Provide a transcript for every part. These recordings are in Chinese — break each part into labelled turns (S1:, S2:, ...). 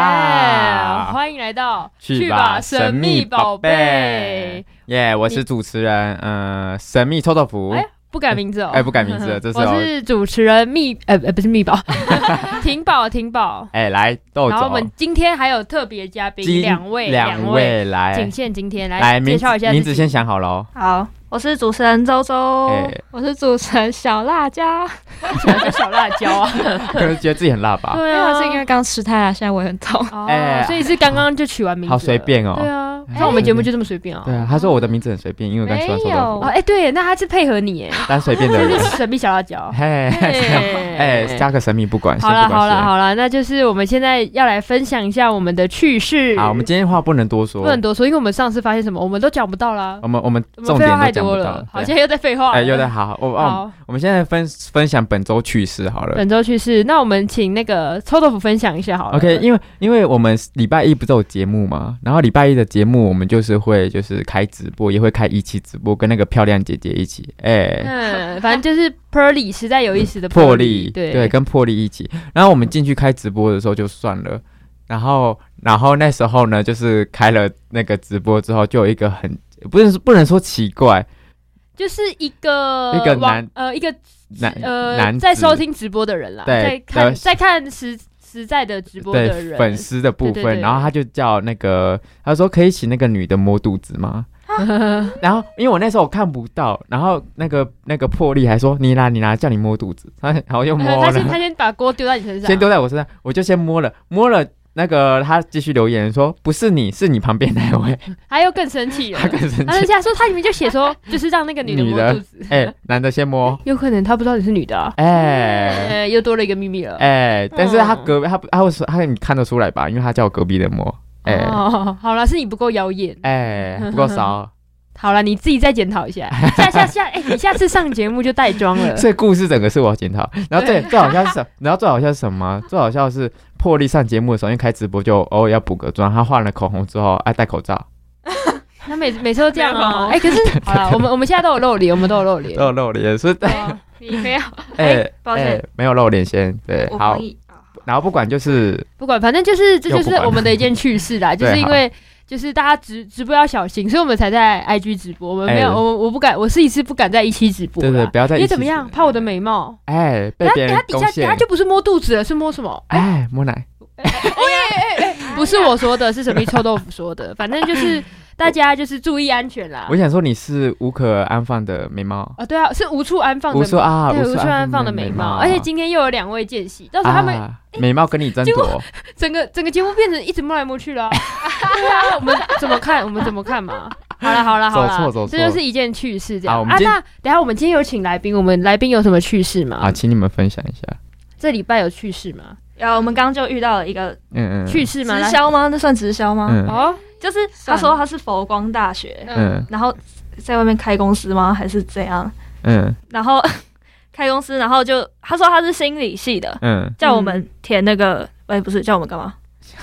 S1: 呀、
S2: 欢迎来到
S1: 去吧神秘宝贝！耶、我是主持人，嗯、神秘臭豆腐。
S2: 哎，不改名字哦，
S1: 哎不改名字 了这是哦
S2: 我是主持人蜜，呃呃，不是蜜宝， 婷宝，婷宝。
S1: 哎、来豆
S2: 然后我
S1: 总
S2: 们，今天还有特别嘉宾
S1: 今
S2: 两位，
S1: 两
S2: 位，
S1: 位来
S2: 仅，限今天
S1: 来
S2: 来
S1: 名字
S2: 介绍一下
S1: 名
S2: 自
S1: 字
S2: 己
S1: 先想好哦喽。
S3: 好，我是主持人周周，
S2: 哦
S1: 哎
S3: 我是主持人小辣椒，
S2: 小辣椒啊，
S1: 哎可能觉得自己很辣 吧？
S2: 对
S3: 因为
S2: 啊，
S3: 我是因为刚吃太辣，现在我很痛。
S2: 哦
S1: 哎，
S2: 所以是刚刚就取完名字，
S1: 好随。便哦、
S2: 对啊，
S1: 哎
S2: 那我们节目就这么随便啊。
S1: 对啊，他说我的名字很随便，因为我刚吃完臭豆
S2: 哦，
S1: 腐，
S2: 哎，对，那他是配合你，哎，
S1: 但随便的
S2: 这
S1: 人
S2: 是，神秘小辣椒。
S1: 嘿，啊哎、
S2: 哎
S1: 加个神秘不管，
S2: 好
S1: 先
S2: 了
S1: 不管
S2: 好了
S1: 谁
S2: 好了，那就是我们现在要来分享一下我们的趣事。
S1: 好，我们今天话不能多说，
S2: 不能多说，因为我们上次发现什么，我们都讲不到啦
S1: 我，们我们
S2: 我们
S1: 重
S2: 废
S1: 点
S2: 话太
S1: 都讲
S2: 多
S1: 不
S2: 了
S1: 到，，
S2: 好
S1: 对
S2: 像又在废话了。
S1: 哎、又在好好，我哦，
S2: 好，
S1: 我们现在分分享本周趣事好了。
S2: 本周趣事，那我们请那个臭豆腐分享一下好了。
S1: OK，因为因为我们礼拜一不是有节目嘛，然后礼拜一的节目我们就是会就是开直播，也会开一期直播，跟那个漂亮姐姐一起，哎、
S2: 嗯，反正就是 Pearly 时代有意思 的
S1: 破
S2: Pearly，
S1: 例
S2: 对
S1: 跟破例一起。然后我们进去开直播的时候就算了，然后然后那时候呢，就是开了那个直播之后，就有一个很不能不能说奇怪，
S2: 就是一个
S1: 一个
S2: 网
S1: 男
S2: 呃一个
S1: 男、
S2: 呃
S1: 男
S2: 在
S1: 子
S2: 收听直播的人啦，
S1: 对
S2: 在看
S1: 呃
S2: 在看实实在的直播的
S1: 对
S2: 人，
S1: 粉丝的部分，
S2: 对对对
S1: 然后他就叫那个，他说可以请那个女的摸肚子 吗？然后因为我那时候我看不到，然后那个那个破例还说你啦你啦，叫你摸肚子，他然后又摸
S2: 呃 他
S1: 了，
S2: 先他啊先把锅丢在你身上，
S1: 先丢在我身上，我就先摸了摸了。那个他继续留言说不是你是你旁边那位，
S2: 他又更生气 了
S1: 他。更生
S2: 而且
S1: 气，
S2: 他说他里面就 写说，就是让那个女的
S1: 女
S2: 摸
S1: 的
S2: 肚子，
S1: 哎、男的先摸，
S2: 有可能他不知道你是女的啊，
S1: 哎、
S2: 呃，又多了一个秘密了。
S1: 哎、但是他
S2: 嗯
S1: 隔壁他他会说他你看得出来吧，因为他叫我隔壁的摸，哎、
S2: 哦，好了，是你不够妖艳。
S1: 哎、不够骚，
S2: 好了，你自己再检讨 一下，下下下，哎、你下次上节目就带妆了。
S1: 所以故事整个 是我检讨。然后最最好笑是什？ 然后最好笑是什么？最好笑是破例上节目的时候，因为开直播就偶尔要补个妆，他换了口红之后，哎、戴口罩，
S2: 他每每次都这样
S3: 没
S2: 啊、
S3: 有
S2: 哎、可是好了，我们我们现在都有露脸，我们都有露脸
S1: 都。有露脸，所以
S3: 没有， 你没有，
S1: 哎、
S3: 抱歉
S1: 哎没有露脸先对，
S3: 我
S1: 好
S3: 同，意。啊
S1: 然后不管就是
S2: 不管，反正就是这
S1: 又
S2: 就
S1: 不
S2: 是
S1: 管
S2: 我们的一件趣事啦，就
S1: 对
S2: 是因为。就是大家直直播要小心，所以我们才在 IG 直播。我们没有，
S1: 哎
S2: 我我不敢，我是一次不敢在一期直播啦。
S1: 对对，不要再
S2: 因
S1: 一
S2: 为
S1: 起
S2: 怎么样？怕我的美貌？
S1: 哎、被
S2: 等下
S1: 别人
S2: 等下底
S1: 攻
S2: 下等
S1: 陷
S2: 下，就不是摸肚子了，是摸什么？
S1: 哎、摸奶。
S2: 不是我说的，是神秘臭豆腐说的。反正 就是大家就是注意安全啦
S1: 我。想说你是无可安放的美貌，
S2: 啊，对啊，是无处安放的
S1: 无
S2: 美
S1: 数啊，
S2: 对，
S1: 处
S2: 吴春安放的美貌，而且今天又有两位见习，到时候他们
S1: 啊、美貌跟你 争
S2: 结果
S1: 夺，
S2: 整个整个节目变成一直摸来摸 去了啊。对啊，我们怎么看？我们怎么看嘛？好了好了好
S1: 走错
S2: 了
S1: 走，
S2: 这
S1: 错
S2: 就是一件趣事这
S1: 好
S2: 样
S1: 我们
S2: 啊。
S1: 今
S2: 那等一下我们今天有请来宾，我们来宾有什么趣事
S1: 啊，
S2: 吗？
S1: 请你们分享一下，
S2: 这礼拜有趣事吗？
S3: 然后我们刚刚就遇到了一个
S1: 嗯嗯，
S2: 趣事吗？
S3: 直
S2: 来
S3: 销吗？那算直销吗？
S1: 嗯
S2: 哦，
S3: 就是他说他是佛光大学，
S2: 嗯
S1: 嗯
S3: 然后在外面开公司吗？还是怎样？
S1: 嗯
S3: 然后 开公司，然后就他说他是心理系的，
S1: 嗯，
S3: 叫我们填那个，哎，不是叫我们干嘛？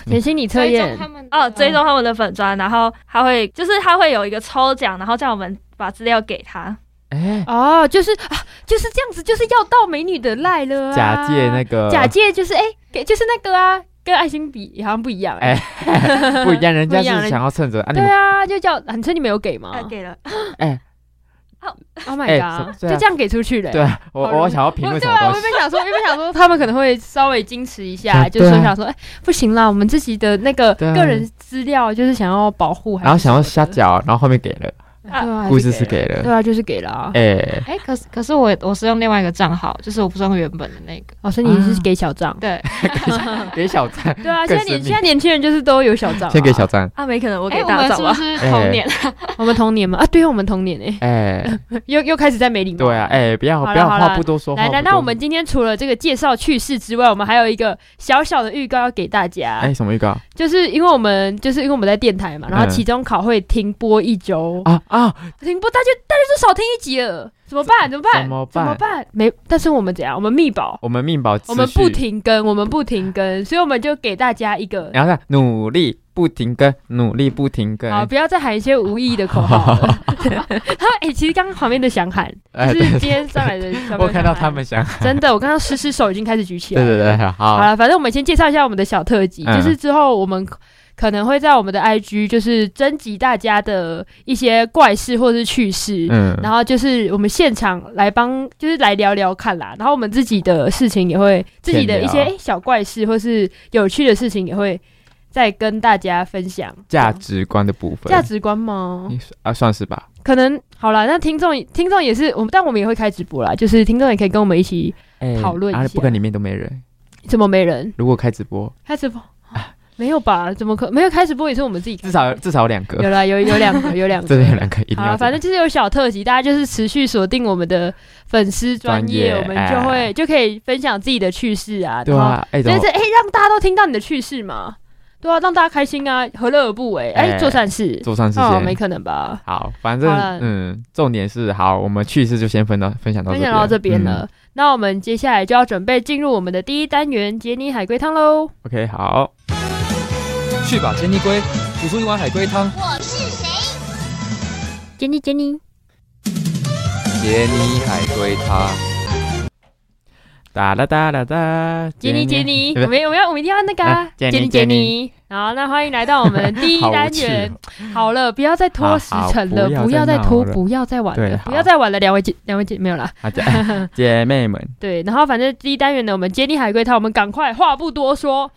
S2: 甜心理测验，
S4: 们
S3: 哦，追踪他们的粉砖，然后他会就是他会有一个抽奖，然后叫我们把资料给他。
S1: 哎、
S2: 哦，就是啊，就是这样子，就是要到美女的赖了、啊。
S1: 假借那个
S2: 假借就是哎、给就是那个啊，跟爱心比好像不一样哎、
S1: 不一样，人家
S2: 不一样
S1: 是
S2: 人
S1: 想要趁着啊，你
S2: 对
S1: 们
S2: 啊，就叫很车你们有啊给吗
S3: 哎，给了，
S2: ？Oh my
S1: 哎
S2: god，、
S1: 什对啊
S2: 就这样给出去了、
S1: 对啊，我
S2: 好容易
S1: 我想要评
S2: 我
S1: 论什
S2: 对
S1: 么
S2: 啊，我
S1: 东
S2: 原
S1: 西，
S2: 本想说，原本想说他们可能会稍微矜持一
S1: 对
S2: 下，
S1: 啊
S2: 就是说想说，哎、不行啦，我们自己的那个
S1: 对啊
S2: 个人资料就是想要保护，
S1: 然后想要
S2: 瞎
S1: 下，脚，然后后面给了，
S2: 对啊，
S1: 故事是
S2: 还
S1: 给
S2: 了，对
S1: 了，
S2: 啊，就是给了啊。
S1: 哎、
S4: 哎、可是可是我我是用另外一个账号，就是我不是用原本的那个。
S2: 哦，所以你是给小账、
S4: 对，
S1: 哎给小赞，
S2: 对啊，
S1: 更
S2: 现在年
S1: 神秘
S2: 现在年轻人就是都有小账、啊，
S1: 先给小赞，
S3: 啊，没可能，我
S4: 哎、
S3: 给
S4: 我
S3: 大
S4: 们
S3: 照
S4: 是不
S3: 吧。
S4: 是 童年？
S2: 我们童年嘛，啊，对啊，我们童年哎、
S1: 哎、
S2: 又又开始在没礼貌。
S1: 对啊，哎、不要
S2: 好啦
S1: 不要
S2: 好
S1: 话
S2: 啦
S1: 不多说，
S2: 来
S1: 话
S2: 来，
S1: 不
S2: 那
S1: 多
S2: 我们今天除了这个介绍趣事之外，我们还有一个小小的预告要给大家，
S1: 哎、什么预告
S2: 就是因为我们就是因为我们在电台嘛，然后
S1: 嗯
S2: 期中考会停播一周，
S1: 啊啊，
S2: 停播大家大家就少听一集了，怎么办？怎么办？
S1: 怎么
S2: 怎
S1: 办
S2: 么办？没，但是我们怎样？我们密保，
S1: 我们命保持续，哎
S2: 我们不停更，我们不停更，所以我们就给大家一个
S1: 然后呢，努力不停更，努力不停更。
S2: 好，不要再喊一些无意义的口 号 了。他哎、其实刚刚旁边的想喊，
S1: 哎，
S2: 就是
S1: 对，
S2: 今天上来的小朋友
S1: 我看到
S2: 想喊
S1: 他们想，
S2: 真的，我刚刚诗诗手已经开始举起来
S1: 对
S2: 了。
S1: 对对，
S2: 好
S1: 好，
S2: 了，反正我们先介绍一下我们的小特辑，
S1: 嗯
S2: 就是之后我们可可能会在我们的 IG 就是征集大家的一些怪事或是趣事。
S1: 嗯，
S2: 然后就是我们现场来帮，就是来聊聊看啦。然后我们自己的事情也会，自己的一些
S1: 闲聊
S2: 诶小怪事或是有趣的事情也会再跟大家分享。
S1: 价值观的部分，
S2: 价值观吗？
S1: 你啊算是吧，
S2: 可能好啦，那听众听众也是我们，但我们也会开直播啦，就是听众也可以跟我们一起。
S1: 哎
S2: 讨论一
S1: 啊，
S2: 下
S1: 不跟里面都没人。
S2: 怎么没人
S1: 如果开直播，
S2: 开直播？
S1: 啊
S2: 没有吧？怎么可没有开直播？也是我们自己开
S1: 至少至少有两个
S2: 有，啦，有有两 个，有两
S1: 这边有
S2: 个。
S1: 两个一定
S2: 好
S1: 要。
S2: 啦，反正就是有小特辑，大家就是持续锁定我们的粉丝专业，
S1: 专业
S2: 我们就会、
S1: 哎
S2: 就可以分享自己的趣事啊。
S1: 对
S2: 然后，
S1: 啊，哎，怎
S2: 就
S1: 么
S2: 是哎、让大家都听到你的趣事嘛。对啊，让大家开心啊，何乐而不为？哎、
S1: 哎
S2: 做善事，
S1: 做上这
S2: 哦，没
S1: 些？
S2: 可能吧？
S1: 好，反正
S2: 好了
S1: 嗯，重点是好，我们趣事就先分到分享到
S2: 分享到这边了。
S1: 嗯
S2: 那我们接下来就要准备进入我们的第一单元——杰尼海龟汤喽。
S1: OK，好，
S5: 去吧，杰尼龟，煮出一碗海龟汤。
S2: 杰尼，杰尼，
S5: 杰尼海龟汤，
S1: 哒啦哒啦哒，
S2: 杰尼，杰尼，
S1: 对
S2: 我
S1: 不
S2: 们我们要我们一定要那个啊
S1: 啊杰尼
S2: 杰
S1: 杰
S2: 尼。好，那欢迎来到我们的第
S1: 对
S2: 一
S1: 好无
S2: 单
S1: 趣
S2: 元
S1: 哦。
S2: 好了，不要再拖时辰了，
S1: 好好
S2: 不
S1: 不
S2: 要
S1: 要
S2: 再
S1: 再
S2: 拖，
S1: 闹了
S2: 不要再晚了
S1: 对，
S2: 不要再晚了，两位姐，两位姐没有啦。
S1: 啊姐姐 妹们，
S2: 对，然后反正第一单元呢，我们接力海龟汤，我们赶快话不多说，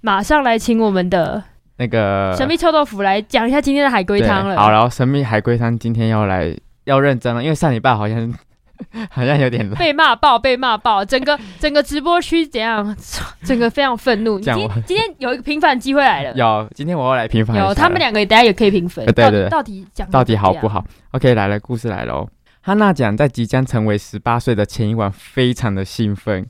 S2: 马上来请我们的
S1: 那个
S2: 神秘臭豆腐来讲一下今天的海龟
S1: 呃对
S2: 汤了。
S1: 好，，然后神秘海龟汤今天要来要认真了，因为上礼拜好像 好像有点烂，
S2: 被骂爆，被骂爆，整个 整个直播区怎样，整个非常愤怒。你 今
S1: 讲
S2: 天今天有一个平反机会来了，
S1: 有今天我要来平反一下
S2: 有他们两个，大家也可以平分。
S1: 呃对
S2: 到
S1: 对对
S2: 到底讲得
S1: 到底好
S2: 怎
S1: 不
S2: 样？
S1: 好？OK，来了，故事来喽。汉娜讲，在即将成为十八岁的前一晚，非常的兴奋，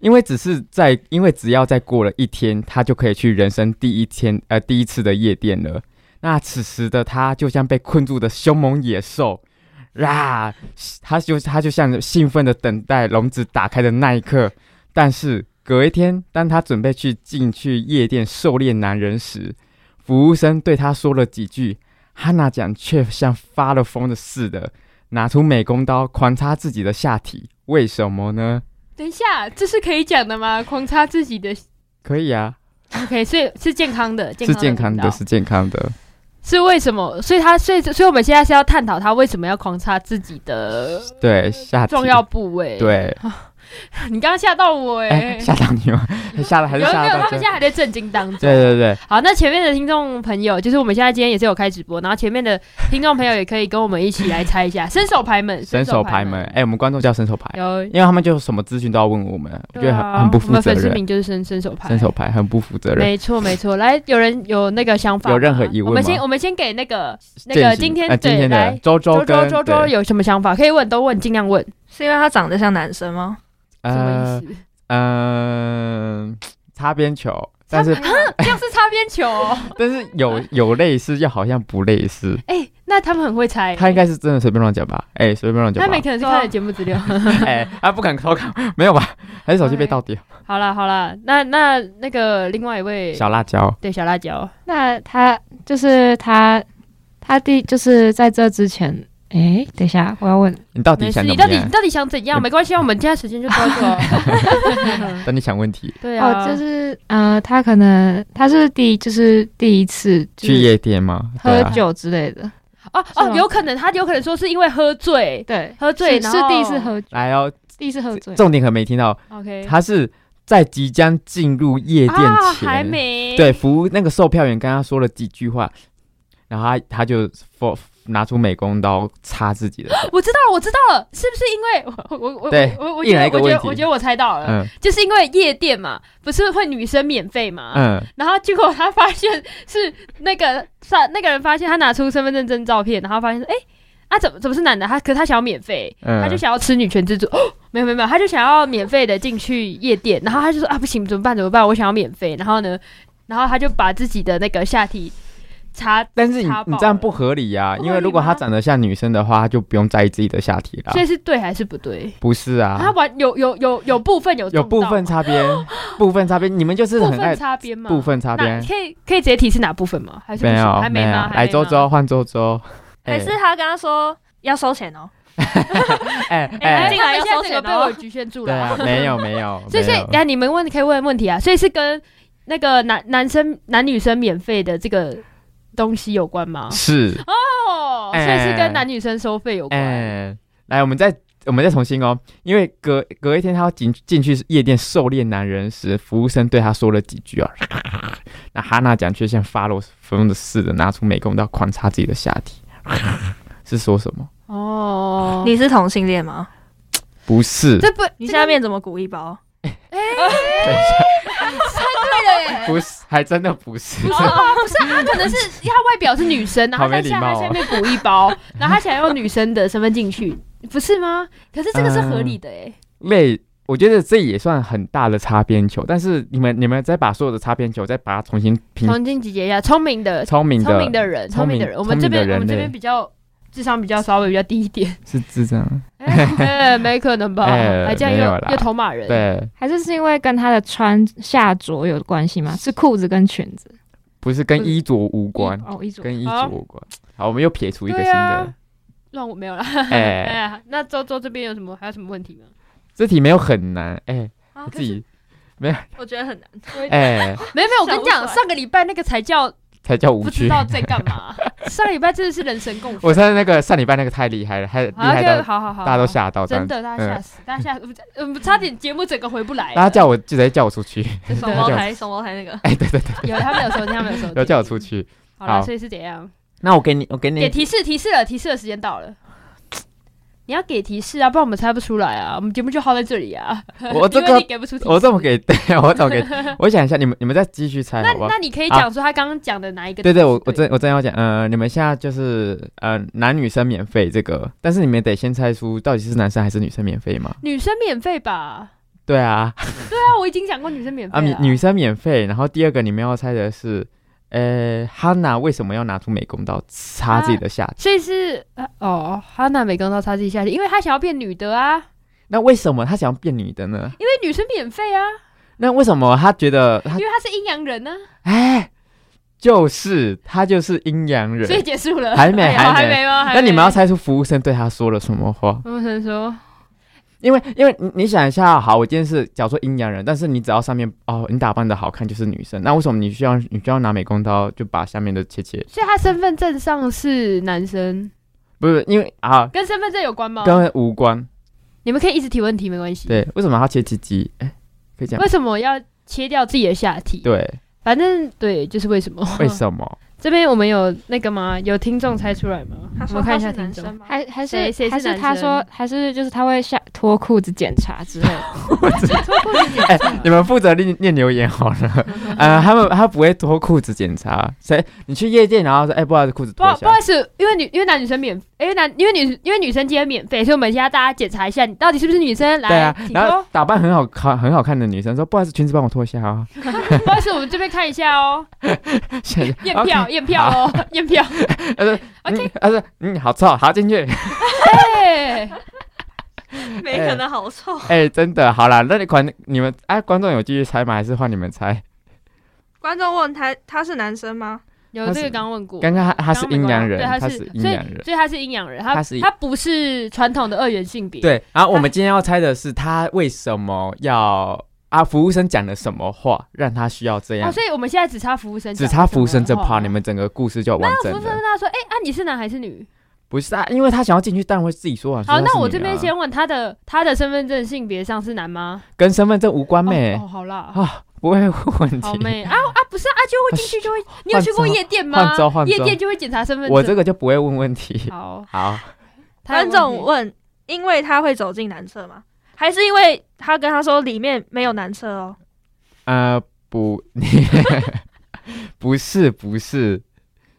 S1: 因为只是在，因为只要再过了一天，她就可以去人生第一天，呃，第一次的夜店了。那此时的她就像被困住的凶猛野兽，啦，她就她就像兴奋的等待笼子打开的那一刻。但是隔一天，当她准备去进去夜店狩猎男人时，服务生对她说了几句汉娜讲却像发了疯的似的，拿出美工刀狂插自己的下体，为什么呢？
S2: 等一下，这是可以讲的吗？狂插自己的
S1: 可以啊，
S2: ，OK，所以是健康的，
S1: 是健康
S2: 康
S1: 的，
S2: 频道
S1: 是健康的。
S2: 是为什么？所以他，所以，所以我们现在是要探讨他为什么要狂插自 己的
S1: 对，下体
S2: 重要部位。，
S1: 对，
S2: 你刚刚吓到我哎、
S1: 哎，吓到你 吗？吓到哎还
S2: 有
S1: 是
S2: 没有？
S1: 吓
S2: 他
S1: 到
S2: 们
S1: 这
S2: 现？在还在震惊当中。
S1: 对对对，
S2: 好，那前面的听众朋友，就是我们现在今天也是有开直播，然后前面的听众朋友也可以跟我们一起来猜一下， 伸手牌们，
S1: 伸手牌
S2: 牌
S1: 们，，哎，我们观众叫伸手牌，
S2: 有，
S1: 因为他们就什么资讯都要问我们，我觉
S2: 对
S1: 得
S2: 啊
S1: 很很不负
S2: 我们
S1: 责
S2: 粉丝
S1: 任。
S2: 名就是伸伸手牌，
S1: 伸手牌很不负责任，
S2: 没错，没错。来，有人有那个想法吗，
S1: 有任何疑问吗
S2: 我们先，我们先给那个那
S1: 践
S2: 个
S1: 行
S2: 今天
S1: 呃今
S2: 对
S1: 天的
S2: 来
S1: 周周
S2: 周周
S1: 跟
S2: 周周
S1: 对
S2: 有什么想法，可以问都问，尽量问。
S3: 是因为他长得像男生吗？
S2: 什么
S1: 呃
S2: 意思？
S1: 嗯擦边球，但是
S2: 这样是擦边球哦。
S1: 但是 有有类似，又好像不类似。
S2: 哎，那他们很会猜。
S1: 他应该是真的随便乱讲吧？哎、随便乱讲
S2: 哎他
S1: 吧
S2: 们？可能是看了节目资料。
S1: 哎、他不敢偷看， 没有吧？还是手机被盗掉？
S2: 好啦好啦，那那那个另外一位
S1: 小辣椒，
S2: 对小辣椒，
S4: 那他就是他，他弟就是在这之前，诶，等一下，我要问，
S1: 你到底
S2: 没事，
S1: 想
S2: 你
S1: 怎
S2: 到
S1: 么
S2: 底你
S1: 样？
S2: 到底想怎样？没关系啊，我们现在时间就到这 了。
S1: 等你想问题，
S2: 对啊，
S4: 哦，就是呃，他可能他是第就是第一次就
S1: 去
S4: 是
S1: 夜店吗？对
S4: 喝
S1: 啊，
S4: 酒之类的，
S2: 哦
S4: 是
S2: 哦，
S4: 吗
S2: 有可能他有可能说是因为喝醉，
S4: 对，
S2: 喝醉
S4: 是
S2: 然
S4: 是
S2: 后
S4: 第一次喝，
S1: 来哦，
S4: 第一次喝醉，
S1: 重点可没听到，
S2: OK，
S1: 他是在即将进入夜店
S2: 啊
S1: 前，
S2: 还没
S1: 对，服务那个售票员跟他说了几句话，然后他他就 for, 拿出美工刀插自己的手，
S2: 我知道了，我知道了，是不是因为我我我
S1: 对
S2: 我我我
S1: 一
S2: 觉
S1: 人
S2: 得
S1: 一个
S2: 我觉
S1: 问
S2: 得
S1: 题
S2: 我觉得我猜到了，
S1: 嗯
S2: 就是因为夜店嘛，不是会女生免费嘛，
S1: 嗯，
S2: 然后结果他发现是那个他那个人发现他拿出身份证真照片，然后发现哎、诶啊怎么怎么是男的，他可他想要免费，
S1: 嗯
S2: 他就想要吃女权自助，哦没有没有没有，他就想要免费的进去夜店，然后他就说啊不行怎么办怎么办，我想要免费，然后呢，然后他就把自己的那个下体查，
S1: 但是你
S2: 查爆
S1: 你这样不合理呀、
S2: 不合理
S1: 因为如果
S2: 吗
S1: 他长得像女生的话，他就不用在意自己的下体啦
S2: 所。以是对还是不对？
S1: 不是
S2: 他
S1: 啊，
S2: 完有有有有部分有
S1: 有
S2: 中
S1: 部
S2: 到
S1: 分
S2: 吗
S1: 擦边， 部分擦边，你们就是
S2: 部
S1: 很爱
S2: 分擦边吗？
S1: 部分擦
S2: 那
S1: 边。
S2: 可以可以直接提是哪部分吗？还是不
S1: 没
S2: 行
S1: 有
S2: 还没
S1: 有
S2: 吗？，还
S1: 来
S2: 没
S1: 周
S2: 吗
S1: 周换周周。
S3: 还
S2: 哎
S3: 是他跟他说要收钱哦？
S1: 哎哎
S2: 进
S3: 哎进来
S2: 来
S3: 要
S2: 要收
S3: 收钱
S2: 钱
S3: 哦
S2: 被我局限住
S1: 对
S2: 了。
S1: 啊，没有没有，
S2: 所以所
S1: 没
S2: 以
S1: 有，
S2: 那你们问可以问问题啊，所以是跟那个男男生男女生免费的这个东西有关吗？
S1: 是
S2: 哦，所
S1: 哎
S2: 以是跟男女生收费有关。
S1: 哎，来，我们再我们再重新哦，因为隔隔一天他要进进去夜店狩猎男人时，服务生对他说了几句啊， 那哈娜讲却像发了疯的似的拿出美工刀狂插自己的下体， 是说什么？
S2: 哦，
S3: 你是同性恋吗？
S1: 不是，
S2: 这不哎
S3: 你
S2: 这
S3: 下
S2: 个
S3: 面怎么鼓一包？
S1: 等一
S2: 对了耶
S1: 下，不是，还真的不 是
S2: 不。是啊，不是啊，他可能是他外表是女生，然后
S1: 好没
S2: 他
S1: 礼
S2: 下他
S1: 貌哦
S2: 下面补一包，然后他想用女生的身份进去，不是吗？可是这个是合理的
S1: 嗯
S2: 哎，
S1: 类，我觉得这也算很大的擦边球，但是你们你们再把所有的擦边球再把它重新拼，
S2: 哎重新集结一下，聪明的
S1: 聪明
S2: 聪
S1: 的
S2: 明的人，
S1: 聪
S2: 聪
S1: 明
S2: 明的人，我们
S1: 聪
S2: 这
S1: 明的
S2: 边我
S1: 人
S2: 们这
S1: 类
S2: 边比较智商比较稍微比较低一点，
S1: 是智障，
S2: 哎，没可能吧？
S1: 哎
S2: 还这样
S1: 没有啦
S2: 又又头马人，，
S1: 对，
S4: 还是是因为跟他的穿下着有关系吗？是裤子跟裙子
S1: 不是跟衣着无关，
S4: 哦，一组
S1: 跟衣
S2: 好
S1: 着无关。好，我们又撇除一个
S2: 对
S1: 新的
S2: 啊，让我没有了。哎
S1: 哎，
S2: 呀，那周周这边有什么还有什么问题吗？
S1: 这题没有很难，哎，
S2: 哦
S3: 啊
S1: 自己
S3: 我觉得很难。
S1: 哎
S2: 没有没有，我跟你
S3: 想
S2: 讲，
S3: 不出来
S2: 上个礼拜那个才叫
S1: 才叫无
S2: 不知
S1: 趣。
S2: 道在 干嘛，上个礼拜真的是人神共愤。
S1: 我上那个上礼拜那个太厉害了，还厉
S2: 好，
S1: 害
S2: 个
S1: 到
S2: 好好好，
S1: 大家都
S2: 好，
S1: 吓到，这样
S2: 真的大家
S1: 嗯
S2: 吓死，大家吓呃死，我们差点节目整个回不来了。
S1: 大家叫我就直接叫我出去，
S3: 双胞胎，双胞胎那个，
S1: 哎，对对对，
S2: 有他们有收听，他们有收听，
S1: 要叫我出。去。
S2: 好了，
S1: 好
S2: 所以是怎样？
S1: 那我给你，我给
S2: 给
S1: 你，
S2: 提示，提示了，提示的时间到了。你要给提示啊，不然我们猜不出来啊。我们节目就耗在这里啊。
S1: 我这
S2: 因为
S1: 个
S2: 你给不出提示，
S1: 我这么。给， 对我怎么 给？我想一下，你们你们再继续猜
S2: 那
S1: 好不好
S2: 那？你可以讲说他刚刚讲的哪一个？
S1: 对对，我我真我真要讲，呃，你们现在就是呃男女生免费这个，但是你们得先猜出到底是男生还是女生免费嘛？
S2: 女生免费吧？
S1: 对啊，
S2: 对啊，我已经讲过女生免费
S1: 啊女
S2: 了。
S1: 女生免费，然后第二个你们要猜的是，呃，哈娜为什么要拿出美工刀插自己的下体？
S2: 所以是呃哦，哈娜没跟到他自己下去，因为她想要变女的啊，
S1: 那为什么她想要变女的呢？
S2: 因为女生免费啊，
S1: 那为什么她觉得她
S2: 因为她是阴阳人啊呢、
S1: 哎，就是她就是阴阳
S2: 所以
S1: 人？
S2: 结束了。
S1: 还没
S2: 哎好
S1: 还
S2: 还
S1: 没
S2: 没吗？还
S1: 那你们要
S2: 没。
S1: 猜出服务生对她说了什么话？
S2: 我们先说，
S1: 因为因为你你想一下，好，我今天是假如说阴阳人，但是你只要上面哦，你打扮的好看就是女生，那为什么你需要你需要拿美工刀就把下面的切切？
S2: 所以他身份证上是男生，
S1: 不是因为啊，
S2: 跟身份证有关吗？
S1: 跟无关。
S2: 你们可以一直提问题，没关系。
S1: 对，为什么他切鸡鸡？哎、可以讲
S2: 为什么要切掉自己的下体？，
S1: 对，
S2: 反正对，就是为什么？
S1: 为什么？
S2: 这边我们有那个吗？有听众猜出来吗？
S3: 他
S2: 我
S3: 说
S2: 们看
S3: 他
S2: 一下
S3: 是
S2: 听
S3: 男
S2: 众
S3: 生。吗？
S4: 还还是
S2: 谁谁是
S4: 还是他
S2: 男生
S4: 说还是就是他会下脱裤子检查之类的，
S1: 哎、你们负责念念留言好 了。呃，他们他不会脱裤子检查，谁？你去夜店然后说，哎、不好意思，裤子
S2: 不
S1: 脱一
S2: 不好
S1: 下。
S2: 意思，因为女因为男女生免，因为男因为女因为女生今天免费，所以我们现在大家检查一下你到底是不是女生。来，
S1: 对啊，
S2: 请
S1: 然后
S2: 说。
S1: 打扮很好看很好看的女生说，不好意思，裙子帮我脱一下 啊、
S2: 不好意思，我们这边看一下 哦，
S1: 谢谢。
S2: 验票验票哦， 验票。
S1: 他说，嗯，他说，嗯，好臭，好进去。
S2: 对，
S3: 没可能，好臭。
S1: 哎、真的，好啦，那你管你们哎、观众有继续猜吗？还是换你们猜？
S3: 观众问他他是男生吗？
S2: 有
S1: 他
S2: 这
S1: 是
S2: 个刚刚问过。
S1: 刚刚他他
S2: 他
S1: 是阴阳人，
S2: 对，他
S1: 是阴
S2: 所
S1: 阳
S2: 以
S1: 人。
S2: 所以他是阴阳人，他
S1: 他是
S2: 他不是传统的二元性别。，
S1: 对，然后我
S2: 啊
S1: 们今天要猜的是他为什么要啊？服务生讲了什么话，让他需要这样？
S2: 哦，所以我们现在只差服务生
S1: 啊
S2: 讲
S1: 只
S2: 了什么
S1: 差
S2: 话，
S1: 服务生这趴，你们整个故事就完
S2: 服
S1: 整
S2: 务生
S1: 了
S2: 跟。他说，哎啊，你是男还是女？
S1: 不是啊，因为他想要进去，当然会自己说啊。
S2: 好，
S1: 说他是
S2: 那我
S1: 女
S2: 这边
S1: 啊
S2: 先问他的他的身份证性别上是男吗？
S1: 跟身份证无关妹
S2: 哦，哦好啦，
S1: 啊，不会问
S2: 好
S1: 题。
S2: 妹啊啊，不是啊，就会进去 就会，你有去过夜店
S1: 换
S2: 吗
S1: 招？换
S2: 夜
S1: 招
S2: 店，就会检查身份 证。
S1: 我这个就不会问问题。
S2: 好，
S1: 好，
S2: 他有问
S3: 观众
S2: 题
S1: 啊
S3: 问，因为他会走进男厕吗？还是因为他跟他说里面没有男厕哦？
S1: 呃，不，你 不是不是。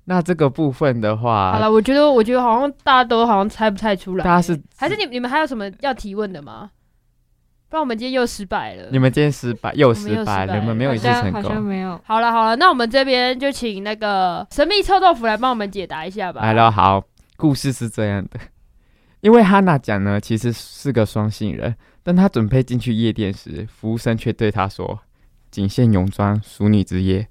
S1: 那这个部分的
S2: 好
S1: 话，
S2: 了，我觉得我觉得好像大家都好像猜不太出来，
S1: 大家是
S2: 还是你你们还有什么要提问的吗？不然我们今天又失败了
S1: 你。们今天失败又
S2: 我们
S1: 失
S2: 又
S1: 败
S2: 失
S1: 了，
S2: 败
S1: 你们没有一次
S4: 好像
S1: 成
S4: 好像
S1: 功。
S4: 没有。
S2: 好了好了，那我们这边就请那个神秘臭豆腐来帮我们解答一下吧。
S1: 来了，好，故事是这样的，因为哈娜讲呢其实是个双性人，但她准备进去夜店时，服务生却对她说：“仅限泳装，淑女之夜。”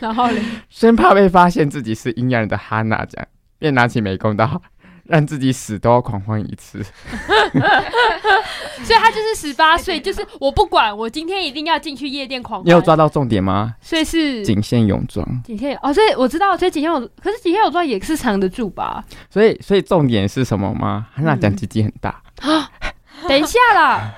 S2: 然后嘞，
S1: 生怕被发现自己是阴阳人的哈娜讲，便拿起美工刀，让自己死都要狂欢一 次。
S2: 所以他就是十八岁，就是我不管，我今天一定要进去夜店狂
S1: 你有
S2: 欢。
S1: 抓到重点吗？
S2: 所以是
S1: 仅限泳装，
S2: 几天哦，所以我知道，所以几天有，可是几天有装也是藏得住吧？
S1: 所以所以重点是什么吗？
S2: 嗯
S1: 哈娜讲鸡鸡很大，
S2: 等一下啦。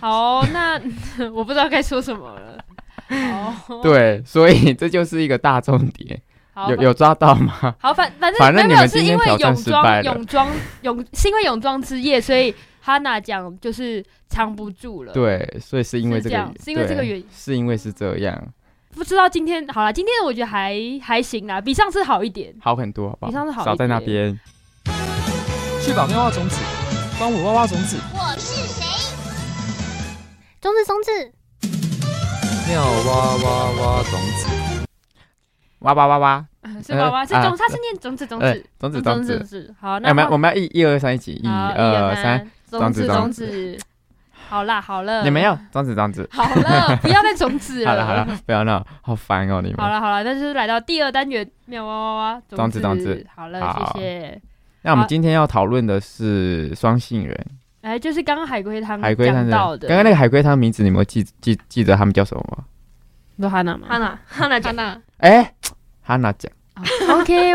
S2: 好，那 我不知道该说什么了。好，
S1: 对，所以这就是一个大重点，
S2: 哦好
S1: 有有抓到吗？
S2: 好反反正
S1: 反正
S2: 没
S1: 你
S2: 有
S1: 们
S2: 是
S1: 今
S2: 因
S1: 天
S2: 为
S1: 挑战
S2: 泳
S1: 失败
S2: 装
S1: 了
S2: 泳装泳是因为泳装之夜，所以哈娜讲就是藏不住了。，
S1: 对，所以是因为
S2: 是
S1: 这
S2: 这样
S1: 个，
S2: 是因为这个原因
S1: 对，是因为是这样，
S2: 不知道今天好啦，今天我觉得还还行啦，比上次好一点。
S1: 好很多，好不
S2: 比上次好
S1: 好？
S2: 一
S1: 少在那
S2: 点
S1: 边。
S5: 去把妙蛙种子，帮我挖挖种子，
S6: 我是谁？中子松子，
S5: 妙蛙蛙蛙种子。
S1: 哇哇哇哇！
S2: 是吧？哇，是种，
S1: 呃
S2: 它是念种子种
S1: 哎
S2: 子，
S1: 种子
S2: 种
S1: 种
S2: 子种
S1: 子，
S2: 子。好，
S1: 哎
S2: 那
S1: 我们
S2: 换
S1: 我们要一一二三一起，一
S2: 好
S1: 二三，，
S2: 种
S1: 种
S2: 子
S1: 子
S2: 种
S1: 种
S2: 子。好啦，好了，
S1: 你们要种子种子。
S2: 好了，不要再种 子
S1: 好了好了，不要闹，好烦哦你们。
S2: 好了好了，那就是来到第二单元妙哇哇哇
S1: 种子种子。
S2: 好了，
S1: 好
S2: 谢谢。
S1: 那我们
S2: 好
S1: 今天要讨论的是双性人
S2: 哎，就是刚刚海龟汤
S1: 海龟汤
S2: 嗯讲到的，
S1: 刚刚那个海龟汤名字，你们有记记记得他们叫什么吗？
S2: 罗哈娜吗？
S3: 汉娜，汉娜讲，
S2: 娜。
S1: 哎、哈娜讲，
S2: OK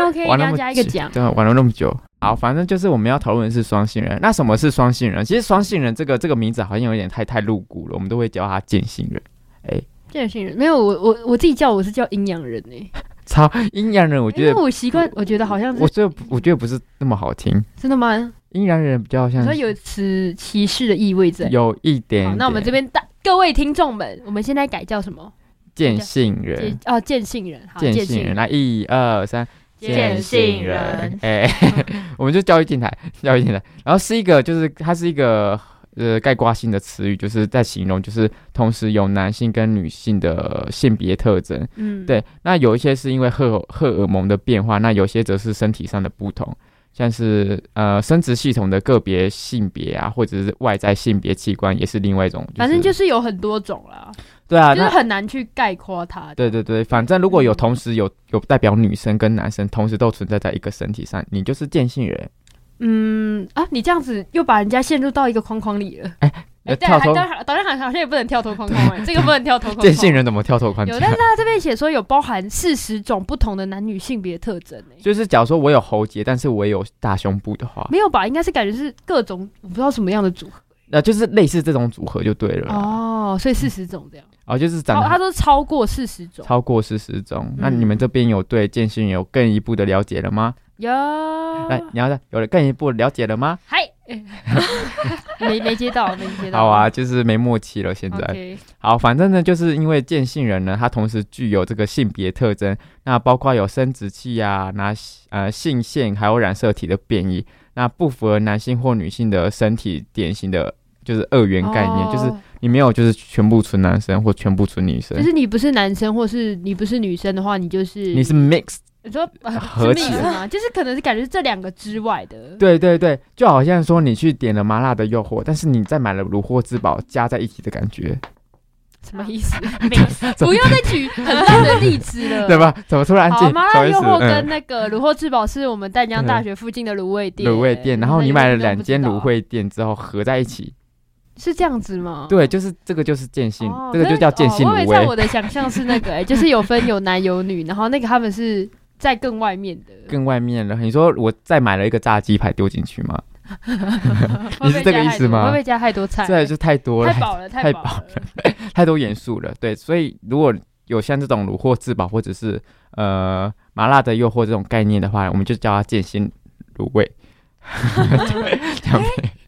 S2: OK，
S1: 玩
S2: 一定
S1: 那
S2: 要
S1: 么
S2: 加一个
S1: 久
S2: 奖。
S1: 对，玩了那么久。好，反正就是我们要讨论的是双性人。那什么是双性人？其实双性人这个这个名字好像有点太太露骨了，我们都会叫他贱性人。
S2: 这种新人没有我我我自己叫我是叫阴阳人呢，
S1: 操，阴阳人，我
S2: 因
S1: 觉
S2: 为
S1: 得
S2: 我习惯，我觉得好像
S1: 我
S2: 是
S1: 这我觉得不是那么好听，
S2: 真的吗？
S1: 阴阳人比较
S2: 你
S1: 像
S2: 说
S1: 是
S2: 有此歧视的意味
S1: 嗯
S2: 在。
S1: 有一点
S2: 好，那我们这
S1: 点
S2: 边大各位听众们，我们现在改叫什么？
S1: 贱性
S2: 见
S1: 人，
S2: 哦，见信人，好，
S1: 贱
S2: 见
S1: 性
S2: 信
S1: 人，来一二三。
S3: 见信人，
S1: 哎、 我们就教育电台，教育电台。然后是一个，就是它是一个呃概括性的词语，就是在形容就是同时有男性跟女性的性别特征。
S2: 嗯，
S1: 对，那有一些是因为荷荷尔蒙的变化，那有些则是身体上的不同，像是呃生殖系统的个别性别啊，或者是外在性别器官，也是另外一种、
S2: 反正就是是有很多种啦，
S1: 对啊，
S2: 就是
S1: 那。
S2: 很难去概括它。
S1: 对对对，反正如果有
S2: 嗯
S1: 同时有有代表女生跟男生同时都存在在一个身体上，你就是贱性人。
S2: 嗯啊，你这样子又把人家陷入到一个框框里了。
S1: 哎
S2: 哎，
S1: 要
S2: 对，
S1: 跳
S2: 还
S1: 脱
S2: 当然，当然好像也不能跳脱框框，哎，这个不能跳脱 框
S1: 见信
S2: 框。
S1: 人怎么跳脱框
S2: 有，但是
S1: 架？
S2: 他这边写说有包含四十种不同的男女性别特征诶，
S1: 就是假如说我有喉结，但是我也有大胸部的话，
S2: 没有吧？应该是感觉是各种我不知道什么样的组合
S1: 那就是类似这种组合就对了啦。哦，
S2: 哦，所以四十种这样。
S1: 就是长
S2: 哦，他
S1: 得
S2: 说超过四十种。
S1: 超过四十种。那
S2: 嗯
S1: 你们这边有对见信人有更一步的了解了吗？
S2: 有，啊
S1: 那你要有了更一步的了解了吗？
S2: 嗨， 没没接到，没接到。
S1: 好啊，就是没默契了。现
S2: o
S1: 在
S2: k
S1: 好，反正呢，就是因为见信人呢，他同时具有这个性别特征，那包括有生殖器啊、那呃性腺还有染色体的变异，那不符合男性或女性的身体典型的就是二元概念，
S2: 哦
S1: 就是你没有就是全部纯男生或全部纯女生，
S2: 就是你不是男生，或是你不是女生的话，你就是
S1: 你是 mix。
S2: 你说呃
S1: 合
S2: 是
S1: 起
S2: mix
S1: 来
S2: 吗？就是可能是感觉是这两个之外的。
S1: 对对对，就好像说你去点了麻辣的诱惑，但是你再买了虏获之宝加在一起的感觉，
S2: 什么意思？ 不要再举很烂的例子了，
S1: 对？吧？怎么突然
S2: 嗯好，
S1: 间
S2: 麻
S1: 什
S2: 辣
S1: 么意
S2: 诱
S1: 思
S2: 惑跟
S1: 嗯
S2: 那个卤货至宝是我们淡江大学附近的卤味店。
S1: 卤味店，然后你买了两间卤
S2: 味，
S1: 味店之后合在一起，
S2: 是这样子吗？
S1: 对，就是这个就是见性，
S2: 哦
S1: 这个
S2: 可
S1: 就是叫见性
S2: 哦。我以
S1: 卤
S2: 为在
S1: 味，
S2: 我的想象是那个、哎，就是有分有男有女，然后那个他们是在更外面的。
S1: 更外面了。你说我再买了一个炸鸡排丢进去吗？你是这个意思吗
S2: 会不会加太多菜？欸
S1: 这就太多了
S2: 太，饱了，
S1: 太
S2: 饱
S1: 饱
S2: 了。
S1: 太多元素了。对，所以如果有像这种虏获至宝或者是呃麻辣的诱惑这种概念的话，我们就叫它剑心卤味，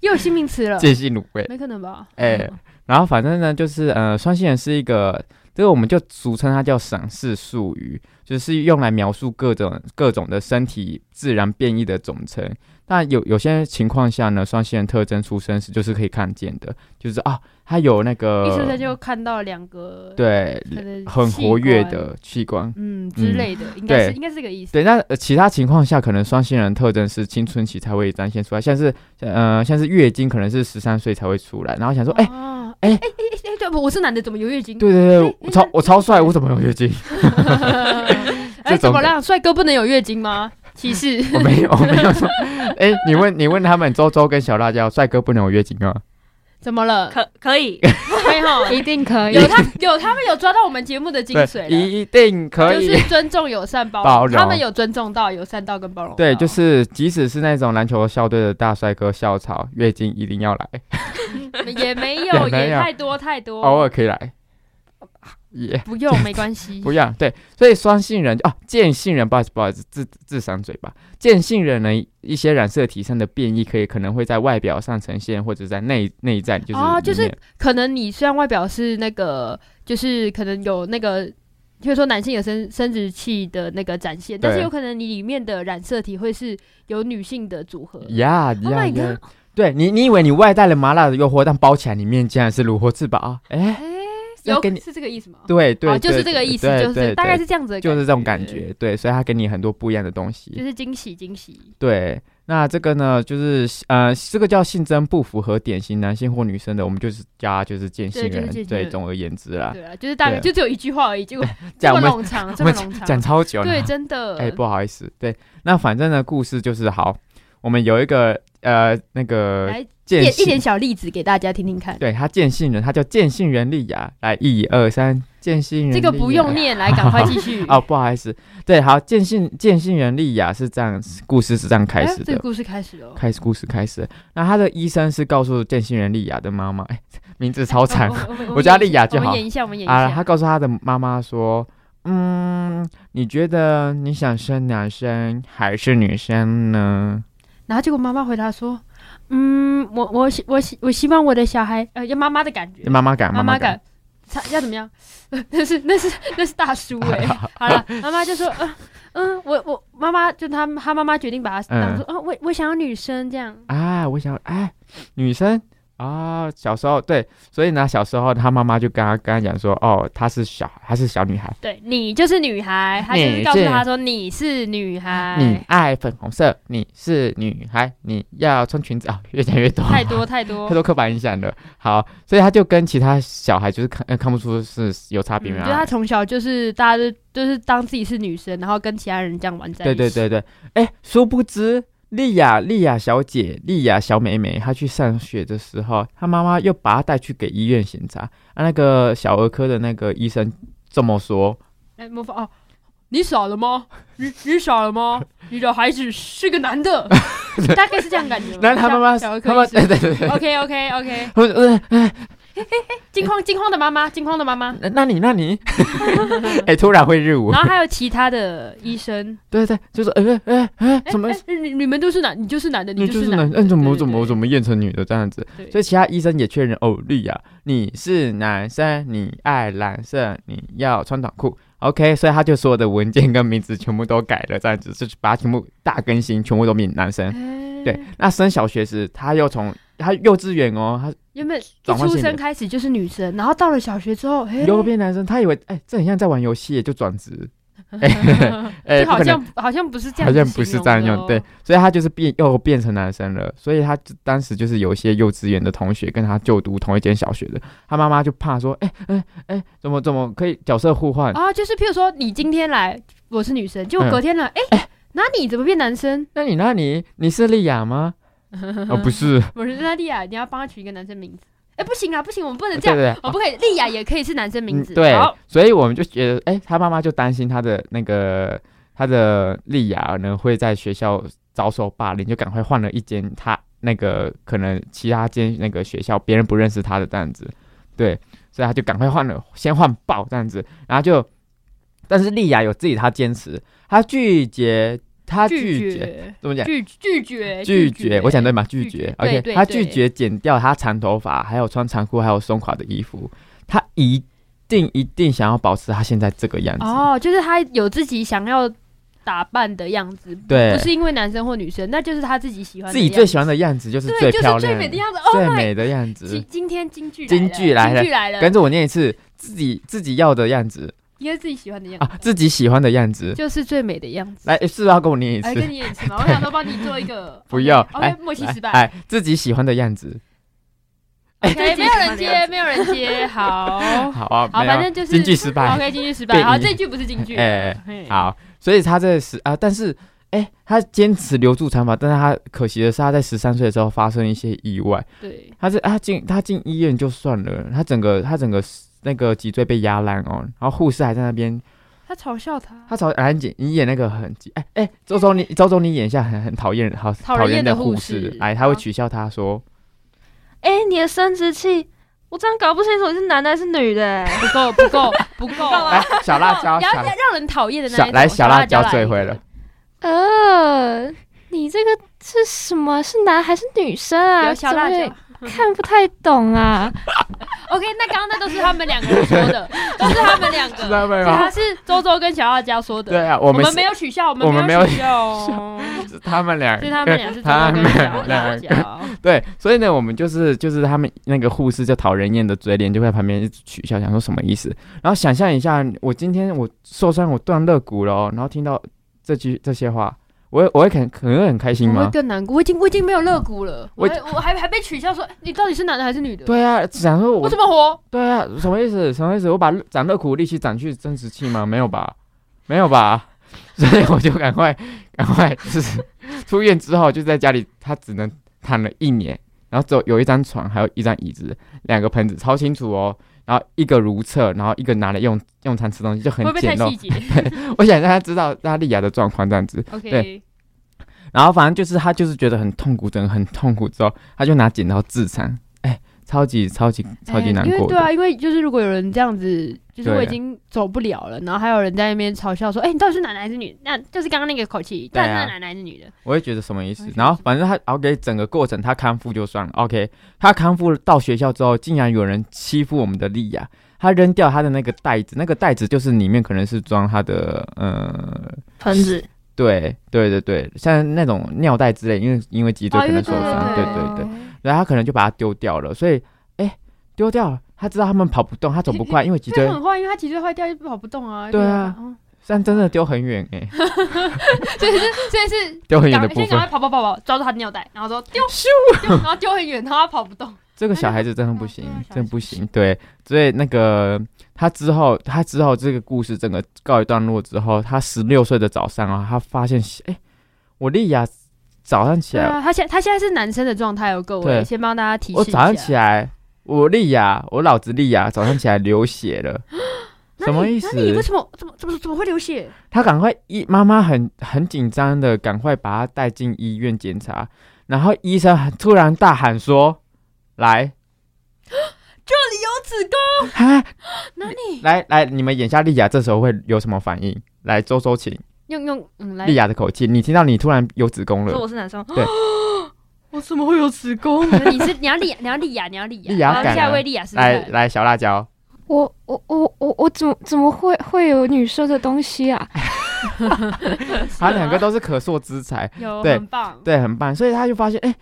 S2: 又有新名词了，
S1: 剑心卤味。
S2: 没可能吧？
S1: 哎
S2: 嗯
S1: 然后反正呢，就是呃，双性人是一个这这个我们就俗称它叫赏识术语，就是用来描述各种各种的身体自然变异的总称。那有有些情况下呢，双性人特征出生时就是可以看见的，就是啊，它有那
S2: 一出生
S1: 个
S2: 就看到两个，
S1: 对
S2: 它的
S1: 很活跃
S2: 器官，
S1: 的器官。
S2: 嗯之类的，应该是
S1: 对
S2: 应该是这个意思。
S1: 对，那、呃、其他情况下，可能双性人特征是青春期才会展现出来，像是呃，像是月经可能是十三岁才会出来，然后想说，哎、
S2: 哦
S1: 哎
S2: 哎哎哎哎，对不？我是男的，怎么有月经？
S1: 对对对，我超我超帅，我怎么有月经？
S2: 哎，
S1: 这
S2: 怎
S1: 种
S2: 么了？帅哥不能有月经吗？歧视？
S1: 我没有，我没有说。 哎、你问你问他们，周周跟小辣椒，帅哥不能有月经啊？
S2: 怎么了？
S3: 可可 以，
S2: 可以哈，
S4: 一定可 以
S2: 有。他有他们有抓到我们节目的精髓了。
S1: 一定可
S2: 就
S1: 以。
S2: 是尊重、友善、包
S1: 包容
S2: 他们有尊重到、友善到跟包容到。
S1: 对，就是即使是那种篮球校队的大帅哥校草，月经一定要来，
S2: 也没 有，
S1: 也没有
S2: 也太多太多，
S1: 偶尔可以来，也、
S2: 不用没关 系。
S1: 不一样。对，所以双性人啊，间性人，不好意思，不好意思，自自赏嘴巴。间性人呢，一些染色体上的变异可以可能会在外表上呈现，或者在内内在就是
S2: 啊，
S1: 里
S2: 就是
S1: 面
S2: 可能你虽然外表是那个，就是可能有那个，就是说男性有生生殖器的那个展现，但是
S1: 对
S2: 有可能你里面的染色体会是有女性的组合。
S1: 呀
S2: Oh my
S1: 呀
S2: god！
S1: 呀！对你，你以为你外带了麻辣的诱惑，但包起来里面竟然是虏获至宝啊！哎、
S2: 哎，
S1: 要
S2: 有
S1: 给你
S2: 是这个意思吗？
S1: 对对
S2: 啊就是
S1: 对
S2: 这个意思，
S1: 对对
S2: 就是
S1: 对
S2: 大概是这样子的，
S1: 就是这种感，觉，对，所以他给你很多不一样的东西，
S2: 就是惊喜惊喜。
S1: 对，那这个呢，就是呃，这个叫性征不符合典型男性或女生的，我们就是叫它就是见性
S2: 对就是
S1: 人。
S2: 见性人
S1: 总而言之啦，
S2: 对啊，就是大概
S1: 对
S2: 就只有一句话而已，结果这
S1: 讲
S2: 么
S1: 我们
S2: 冗 长，这
S1: 我
S2: 么
S1: 们
S2: 冗长，
S1: 讲超久了。
S2: 对，真的。
S1: 哎、不好意思，对，那反正呢，故事就是好，我们有一个呃那个
S2: 来一
S1: 见
S2: 点一
S1: 性
S2: 点，小例子给大家听听看。
S1: 对他见性人，他叫见性人利亚，来一二三，见性人
S2: 这个
S1: 利
S2: 不
S1: 亚。
S2: 用念，来赶快继续
S1: 哦，不 好意思，对，好，见性见性人利亚是这样，故事是这样开
S2: 哎
S1: 始
S2: 这
S1: 的
S2: 个，故事开始哦。
S1: 开始故事开始了。那他的医生是告诉见信人莉亚的妈妈，哎、名字
S2: 哦
S1: 超长、
S2: 我们
S1: 啊我叫莉亚就好
S2: 我们演一下，我们演一
S1: 啊！他
S2: 下。
S1: 告诉他的妈妈说：“嗯，你觉得你想生男生还是女生呢
S2: 然后结果妈妈回答说：“嗯，我我希我希我希望我的小孩呃，要妈妈的感？”觉，
S1: 妈妈敢，
S2: 妈
S1: 妈敢
S2: 感，，他要怎么样？ 那是那是那是大叔 哎。好了，妈妈就说：“嗯嗯，我我妈妈就他他妈妈决定把他当
S1: 嗯
S2: 做啊，我我想要女生这样。
S1: 啊！我想，哎，女生啊，小时候对，所以呢，小时候他妈妈就跟他跟他讲说：哦，她是小，她是小女孩，
S2: 对你就是女孩，他就是
S1: 你
S2: 告诉
S1: 是
S2: 他说你是女孩。
S1: 你爱粉红色，你是女孩，你要穿裙子啊、越讲越多，
S2: 太多太多
S1: 太多刻板印象了。好，所以他就跟其他小孩就是看、呃看不出是有差别
S2: 嗯
S1: 嘛、
S2: 就他从小就是大家就就是当自己是女生，然后跟其他人这样玩在一
S1: 对
S2: 起。
S1: 对对对，哎、殊不知莉亚莉亚小姐莉亚小妹妹，她去上学的时候，她妈妈又把她带去给医院检查。啊，那个小儿科的那个医生这么说，
S2: 哎，模仿哦，你傻了吗？你你傻了吗？你的孩子是个 男的，大概是这样感觉吧。
S1: 那他妈妈
S2: 小小儿
S1: 他妈
S2: 科医
S1: 对
S2: 师。
S1: 对对对，
S2: OK OK OK，
S1: 他说呃
S2: 惊慌惊慌的妈妈，惊慌的妈 妈。
S1: 那那你那你，哎、突然会日舞，
S2: 然后还有其他的医生，
S1: 对对，就是呃呃呃怎么
S2: 哎你你们都是男，你就是男的，
S1: 你
S2: 就是
S1: 是男，
S2: 的
S1: 嗯，怎么
S2: 对
S1: 怎么
S2: 对
S1: 怎么验成女的这样子？
S2: 对
S1: 所以其他医生也确认，哦，绿啊，你是男生，你爱蓝色，你要穿短裤。OK，所以他就所有的文件跟名字全部都改了，这样子就是把它全部大更新，全部都变男生。
S2: 哎
S1: 对，那升小学时，他又从他幼稚园哦，他
S2: 原本一
S1: 转换
S2: 出
S1: 性别
S2: 生开始就是女生，然后到了小学之后，哎，
S1: 又变男生，他以为哎、这很像在玩游戏耶，就转职。 哎、 哎、
S2: 这
S1: 不
S2: 好
S1: 可能
S2: 像好像不是这样
S1: 好
S2: 子形容的哦，
S1: 像不是这样用，对，所以他就是变又变成男生了，所以他就当时就是有一些幼稚园的同学跟他就读同一间小学的，他妈妈就怕说，哎哎哎，怎么怎么可以角色互换？
S2: 啊，就是譬如说你今天来，我是女生，结果
S1: 嗯
S2: 隔天来，哎、那你怎么变男生？
S1: 那你那你你是莉亚吗？ 哦，不是，
S2: 我是娜莉亚，你要帮她取一个男生名字。 哎、不行啊，不行，我们不能
S1: 对
S2: 这样，
S1: 啊对
S2: 我不可以。莉亚也可以是男生名
S1: 嗯
S2: 字。
S1: 对
S2: 好，，
S1: 所以我们就觉得，哎，他妈妈就担心他的那个他的莉亚呢会在学校遭受霸凌，就赶快换了一间他那个可能其他间那个学校别人不认识他的这样子，对，所以他就赶快换了，先换爆这样子，然后就，但是莉亚有自己他坚持，他拒绝，他拒
S2: 拒
S1: 绝
S2: 绝，
S1: 怎么讲？
S2: 拒拒绝，
S1: 拒
S2: 绝
S1: 绝，。我想对吗？拒
S2: 拒
S1: 绝
S2: 绝
S1: ，OK，
S2: 对对
S1: 他
S2: 对
S1: 拒绝剪掉他长头发，还有穿长裤，还有松垮的衣服，他一定一定想要保持他现在这个样子。
S2: 哦，就是他有自己想要打扮的样子，
S1: 对
S2: 不，是因为男生或女生，那就是他自己喜欢的
S1: 自己最喜
S2: 样
S1: 欢的样子就是
S2: 子
S1: 最
S2: 对，就
S1: 漂
S2: 是最
S1: 亮、
S2: 美的样子。Oh
S1: 最
S2: my！
S1: 美的样
S2: 今
S1: 子。
S2: 今天京剧
S1: 京剧来了
S2: 京剧来了，
S1: 跟着我念一次，自己自己要的样子
S2: 应该自己喜欢的样子，
S1: 啊，自己喜欢的样子。
S2: 就是最美的样子。
S1: 来，诶是不是要跟我念一
S2: 来
S1: 次
S2: 哎跟？你演示嘛，我想说帮你做一个，
S1: 不要，
S2: OK，
S1: 来
S2: 默契
S1: 来
S2: 失败
S1: 哎，自己喜欢的样子。
S2: OK，没有哎人接，没有人接，好。
S1: 好啊，
S2: 好，
S1: 没有啊
S2: 反正就是
S1: 京剧失败。
S2: OK，京剧失
S1: 被
S2: 败。好，
S1: 移
S2: 这一句不是京剧。
S1: 哎
S2: 嘿，
S1: 好，所以他在十啊、但是哎、他坚持留住长发，但是他可惜的是，他在十三岁的时候发生一些意外，
S2: 对，
S1: 他是啊他进他进医院就算了，他整个他整个那个脊椎被压烂哦，然后护士还在那边，
S2: 他嘲笑他，
S1: 他朝兰姐你演那个很哎哎，周周你周周你演一下很很讨厌好
S2: 讨人
S1: 讨
S2: 厌
S1: 厌
S2: 的护
S1: 护
S2: 士
S1: 哎，他会
S2: 好
S1: 取笑他说
S3: 哎、你的生殖器，我这样搞不清楚你是男的还是女的、哎
S2: 不够，不 够，不够。
S1: 来小辣椒
S2: 要
S1: 小
S2: 要让人讨厌的那
S1: 小
S2: 一种
S1: 来小辣椒
S2: 来
S1: 最
S2: 一
S1: 会
S2: 个
S1: 了。
S4: 呃，你这个是什么？是男还是女生啊？
S2: 有小辣
S4: 怎
S2: 椒
S4: 么。会看不太懂啊。
S2: OK，那刚刚那都是他们两个人说 的，都
S1: 啊
S2: 是他们两个，
S1: 是他们吗
S2: 他是周周跟小辣椒说的。
S1: 对啊，
S2: 我
S1: 我们
S2: 没
S1: 是
S2: 有取笑，我
S1: 我
S2: 们
S1: 们没
S2: 没
S1: 有
S2: 取 笑哦，
S1: 是他们俩，
S2: 是他们俩是周
S1: 他
S2: 周
S1: 们
S2: 跟小辣
S1: 两个
S2: 椒。
S1: 对，所以呢，我们就是就是他们那个护士就讨人厌的嘴脸就会在旁边一直取笑，想说什么意思。然后想象一下，我今天我受伤，我断肋骨了哦、然后听到这句这些话，我会我会很可能会很开心
S2: 我会
S1: 吗？
S2: 更难过，我已经我已经没有肋骨了，我
S1: 我
S2: 还我还还被取笑说你到底是男的还是女的？，
S1: 对啊，想说我
S2: 我怎么活？
S1: 对啊，什么意思？什么意思？我把长肋骨的力气攒去增殖器吗？没有吧，没有吧。 所以我就赶快赶快，就是 出院之后就在家里，他只能躺了一年，然后只有有一张床，还有一张椅子，两个盆子，超清楚哦。然后一个如厕，然后一个拿来用用餐吃东西，就很
S2: 会不会太
S1: 简
S2: 细
S1: 陋。
S2: 节
S1: 我想让他知道拉利亚的状况这样子。
S2: ？OK，
S1: 对然后反正就是他就是觉得很痛苦，整个很痛苦之后，他就拿剪刀自残，哎，超级超级超级难
S2: 因为
S1: 过
S2: 对
S1: 的。
S2: 啊，因为就是如果有人这样子，就是
S1: 对啊
S2: 我已经走不了了，然后还有人在那边嘲笑说，哎、你到底是男的还是女的？那就是刚刚那个口气，到
S1: 对啊
S2: 底是男的还是女的？
S1: 我也觉得什么意思
S2: 我也觉。得
S1: 然后反正他 OK 整个过程他康复就算了 OK，他康复到学校之后，竟然有人欺负我们的莉亚，他扔掉他的那个袋子，那个袋子就是里面可能是装他的呃，
S3: 盆子，
S1: 对对对对，像那种尿袋之类，因为因为脊椎
S2: 哦
S1: 可
S2: 因为
S1: 能受伤，
S2: 对
S1: 对
S2: 对
S1: 对对，然后他可能就把它丢掉了，所以哎丢掉了，他知道他们跑不动，他走不 快，因为脊
S2: 这
S1: 椎
S2: 样很坏，因为他脊椎坏掉就跑不动啊。
S1: 对啊
S2: 嗯，
S1: 但真的丢很远哎、
S2: 所以是所以 是
S1: 丢很远
S2: 赶
S1: 的
S2: 快
S1: 部
S2: 先赶
S1: 分
S2: 快，跑跑跑跑，抓住他的尿袋，然后说丢
S1: 咻
S2: 丢，然后丢很远，然后他跑不动。
S1: 这个小孩子真的不行
S2: 那就，不要
S1: 真的不行。对，所以那个他之后，他之后这个故事整个告一段落之后，他十六岁的早上啊，他发现，哎、我莉亚早上起
S2: 对
S1: 来，
S2: 啊，他现他现在是男生的状态哦，各位，
S1: 对
S2: 先帮大家提示
S1: 我
S2: 一下。
S1: 早上起来，我莉亚，我老子莉亚早上起来流血 了，
S2: 那
S1: 什
S2: 你
S1: 么意
S2: 那你为
S1: 思？
S2: 什么怎么怎么怎么会流血？
S1: 他赶快医妈妈很很紧张的赶快把他带进医院检查，然后医生很突然大喊说：“来
S2: 这里有子宫，
S1: 啊，
S2: 哪 里？
S1: 来来，你们演下莉亚这时候会有什么反应？来，周周请。”
S2: 用用嗯来
S1: 莉亚的口气，你听到你突然有子宫
S3: 说
S1: 了，
S3: 我是男生，
S1: 对
S3: 我怎么会有子宫？
S2: 你是你要丽，你要丽雅，你要丽雅，
S1: 莉雅
S2: 好
S1: 敢
S2: 下一
S1: 啊
S2: 位丽雅是不
S1: 来
S2: 是？
S1: 来小辣 椒，
S4: 我我我我我怎么怎么会会有女生的东西啊？
S1: 他两个都是可塑之 才，
S2: 有
S1: 对
S2: 很棒，
S1: 对，很棒。所以他就发现，哎、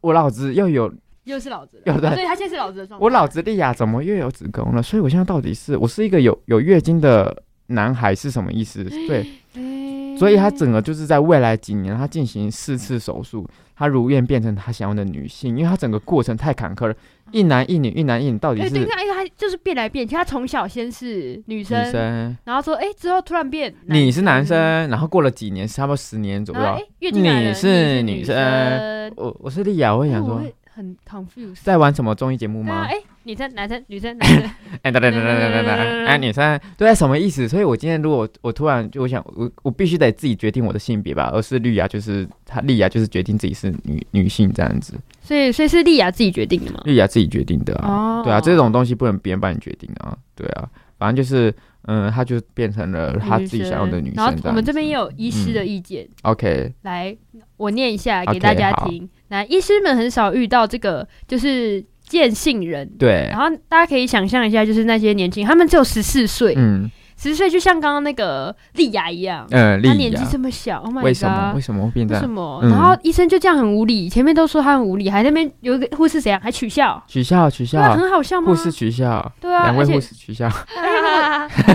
S1: 我老子又有，
S2: 又是老子了，
S1: 又在
S2: 所以他现在是老子的状态。
S1: 我老子莉亚怎么又有子宫了？所以我现在到底是我是一个有有月经的男孩是什么意 思？对，
S2: 哎
S1: 所以他整个就是在未来几年，他进行四次手术，他如愿变成他想要的女性，因为他整个过程太坎坷了，一男一女，一男一女，到底
S2: 哎，
S1: 是
S2: 对，
S1: 女
S2: 那因为他就是变来变去，他从小先是女生，
S1: 生，
S2: 然后说哎之后突然变男
S1: 你是男，生，然后过了几年，差不多十年左
S2: 然后
S1: 右
S2: 哎。月经来了
S1: 你
S2: 你
S1: 是
S2: 是
S1: 女
S2: 生，
S1: 我我是莉亚，我会
S2: 哎
S1: 想
S2: 我
S1: 说，
S2: 会很 confused。
S1: 在玩什么综艺节目
S2: 对啊，
S1: 吗？
S2: 哎，女生男生女生 男生，
S1: 哎，等等等等等等，
S2: 啊
S1: 哎，女生，对，什么意思？所以我今天如果我突然就我想，我我必须得自己决定我的性别吧，而是绿芽就是她莉芽就是决定自己是女女性这样子，
S2: 所以所以是丽雅自己决定的嘛？
S1: 绿芽自己决定的啊，
S2: 哦
S1: 对啊，这种东西不能别人帮你决定啊，对啊，反正就是，嗯，她就变成了她自己想要的女生这
S2: 然
S1: 样
S2: 后
S1: 子。
S2: 我们这边也有医师的
S1: 嗯
S2: 意见，
S1: OK，
S2: 来，我念一下
S1: 嗯 OK，
S2: 给大家
S1: 好
S2: 听。来，医师们很少遇到这个，就是见信人。
S1: 对
S2: 然，后大家可以想象一下，就是那些年轻，他们只有十四岁，
S1: 嗯
S2: 十四岁就像刚刚那个丽雅一样，
S1: 呃，
S2: 她
S1: 丽
S2: 年纪
S1: 雅，
S2: 这么小，Oh my god，
S1: 为什么为什么会变
S2: 为
S1: 这
S2: 什
S1: 样？
S2: 么？
S1: 嗯
S2: 然后医生就这样很无理，前面都说他很无理，还在那边有一个护士怎样还取笑，
S1: 取消取
S2: 对啊，
S1: 消，
S2: 很好笑吗？
S1: 护士取消，
S2: 对啊，
S1: 两位
S2: 而且
S1: 护士取消，
S2: 还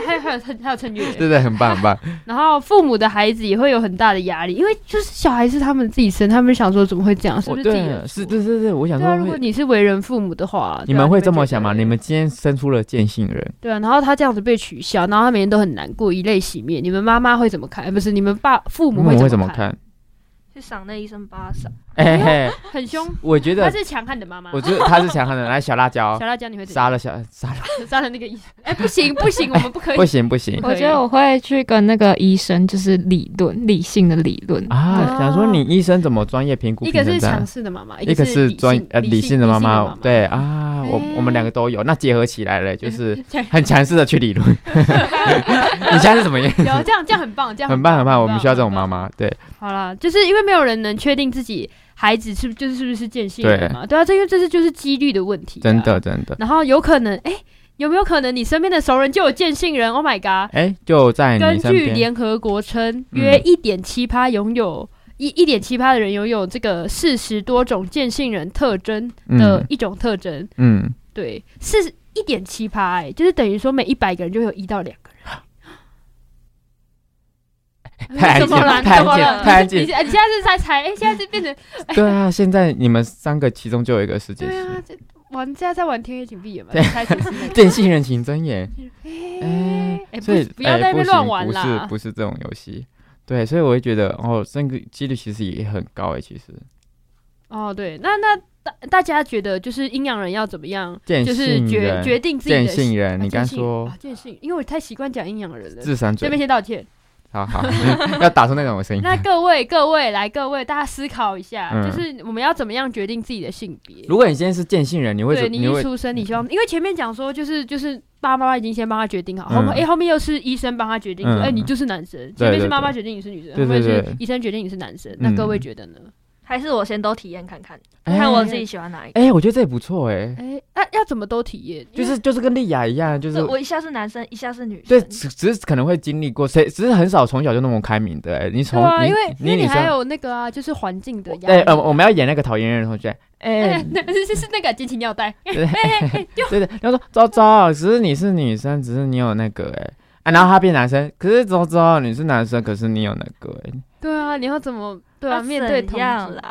S2: 还还有还有成员，
S1: 对对，很棒很棒，
S2: 然后父母的孩子也会有很大的压力，因为就是小孩是他们自己生，他们想说怎么会这样，是
S1: 我
S2: 不是自己
S1: 对
S2: 的
S1: 是
S2: 错？
S1: 对对对，我想
S2: 对啊，如
S1: 说
S2: 果
S1: 会，
S2: 你是为人父母的话，对啊
S1: 你们会这么想吗？
S2: 觉
S1: 你
S2: 得
S1: 们今天生出了见信人，
S2: 对啊，然后他这样子被取笑，然后他每天都很难过，以泪洗面。你们妈妈会怎么看？呃不是，你们爸父
S1: 你
S2: 母
S1: 们会
S2: 会
S1: 怎么
S2: 么？
S1: 看？
S3: 去赏那医生巴掌。
S1: 哎嘿，
S2: 很凶，
S1: 我觉
S2: 她
S1: 得，
S2: 是强悍的妈妈
S1: 我。觉得他是想看的，来小辣椒
S2: 小辣椒，你会怎样
S1: 杀了小杀 了，
S2: 杀了那个医生？哎，不行不行，我们不可以
S1: 不。行不行
S2: 不
S4: 我
S2: 可以
S4: 觉得我会去跟那个医生，就是理论理性的理论。
S1: 啊！想说你医生怎么专业评估
S2: 一个
S1: 评成
S2: 是
S1: 这样
S2: 强？势的妈妈，
S1: 一个是
S2: 是
S1: 专呃理
S2: 理
S1: 性的妈妈，，对啊，我我们两个都有，那结合起来 了，就是很强势的去理论。 你现在是怎么 样？
S2: 有这样这样很棒，这样
S1: 很棒很棒，我们需要这种
S2: 很棒
S1: 妈妈。对，
S2: 好啦，就是因为没有人能确定自己孩子是不就是是不是见性人嘛，对啊，这个这是就是几率的问题、啊
S1: 真的。真的。
S2: 然后有可能，哎、有没有可能你身边的熟人就有见性人？Oh my god！
S1: 哎，就在
S2: 根
S1: 你身
S2: 据
S1: 边，嗯
S2: 联合国称，约一点七趴拥有一一点七趴的人拥有这个四十多种见性人特征的
S1: 嗯
S2: 一种特征，
S1: 嗯，
S2: 对，是一点七趴，哎、就是等于说每一百个人就会有一到两个人。
S1: 太安
S2: 怎
S1: 静
S2: 么了？
S1: 太
S2: 怎么
S1: 安静
S2: 了
S1: 太安
S2: 你你
S1: 静。
S2: 现在是在猜，哎、现在是变成
S1: 对啊，现在你们三个其 中就有一个世界
S2: 对啊
S1: 是，
S2: 这玩现在在玩天黑请闭眼嘛，
S1: 对
S2: 开始是那个
S1: 见信人情真 言。 哎
S2: 哎，
S1: 所以
S2: 不不要
S1: 哎
S2: 在那边
S1: 不行
S2: 乱玩啦
S1: 不是不是这种游戏。对，所以我会觉得哦，这个几率其实也很高哎，其实
S2: 哦，对，那那大大家觉得就是阴阳人要怎么样，
S1: 见
S2: 就是
S1: 信
S2: 决
S1: 人
S2: 决定自己的
S1: 见信人，
S2: 啊
S1: 你刚
S2: 见信
S1: 说
S2: 啊见信，因为我太习惯讲阴阳人了。
S1: 智商
S2: 这
S1: 嘴
S2: 边，先道歉。
S1: 好好， 要打出那种声音。
S2: 那各位各位来各位，大家思考一下，
S1: 嗯
S2: 就是我们要怎么样决定自己的性 别？
S1: 如果你现在是见信人，你会
S2: 对
S1: 怎
S2: 你
S1: 你
S2: 一
S1: 会
S2: 出生，你希望，因为前面讲说就是就是爸爸妈妈已经先帮他决定好，后面
S1: 嗯
S2: 哎后面又是医生帮他决定说，
S1: 嗯
S2: 哎你就是男生，前面是
S1: 对
S2: 妈妈决定你是女生，后
S1: 对对
S2: 面是
S1: 对
S2: 医生决定你是男生，
S1: 嗯
S2: 那各位觉得呢？
S3: 还是我先都体验看看，
S1: 哎
S3: 看我自己喜欢哪一个。
S1: 哎、我觉得这也不错哎、
S2: 哎，那要怎么都体验？
S1: 就是就是跟丽雅一样，就是
S3: 是我一下是男生，一下是女
S1: 对，
S3: 生。
S1: 只只是可能会经历过，谁只是很少从小就那么开明的哎、你
S2: 对
S1: 从
S2: 啊，
S1: 你
S2: 因为因为
S1: 你
S2: 你
S1: 女
S2: 还
S1: 生，
S2: 有那个啊，就是环境的压
S1: 对，
S2: 力。
S1: 呃，我们要演那个讨厌人的同学，哎、
S2: 哎，那是是是那个紧起尿袋，
S1: 对 对对，他说糟糟，只是你是女生，只是你有那个哎、啊，然后他变男生，可是糟糟，你是男生，可是你有那个哎、
S2: 对啊，你要怎么对
S3: 要
S2: 啊？面对
S3: 怎
S2: 同
S3: 样
S2: 志，
S3: 啦？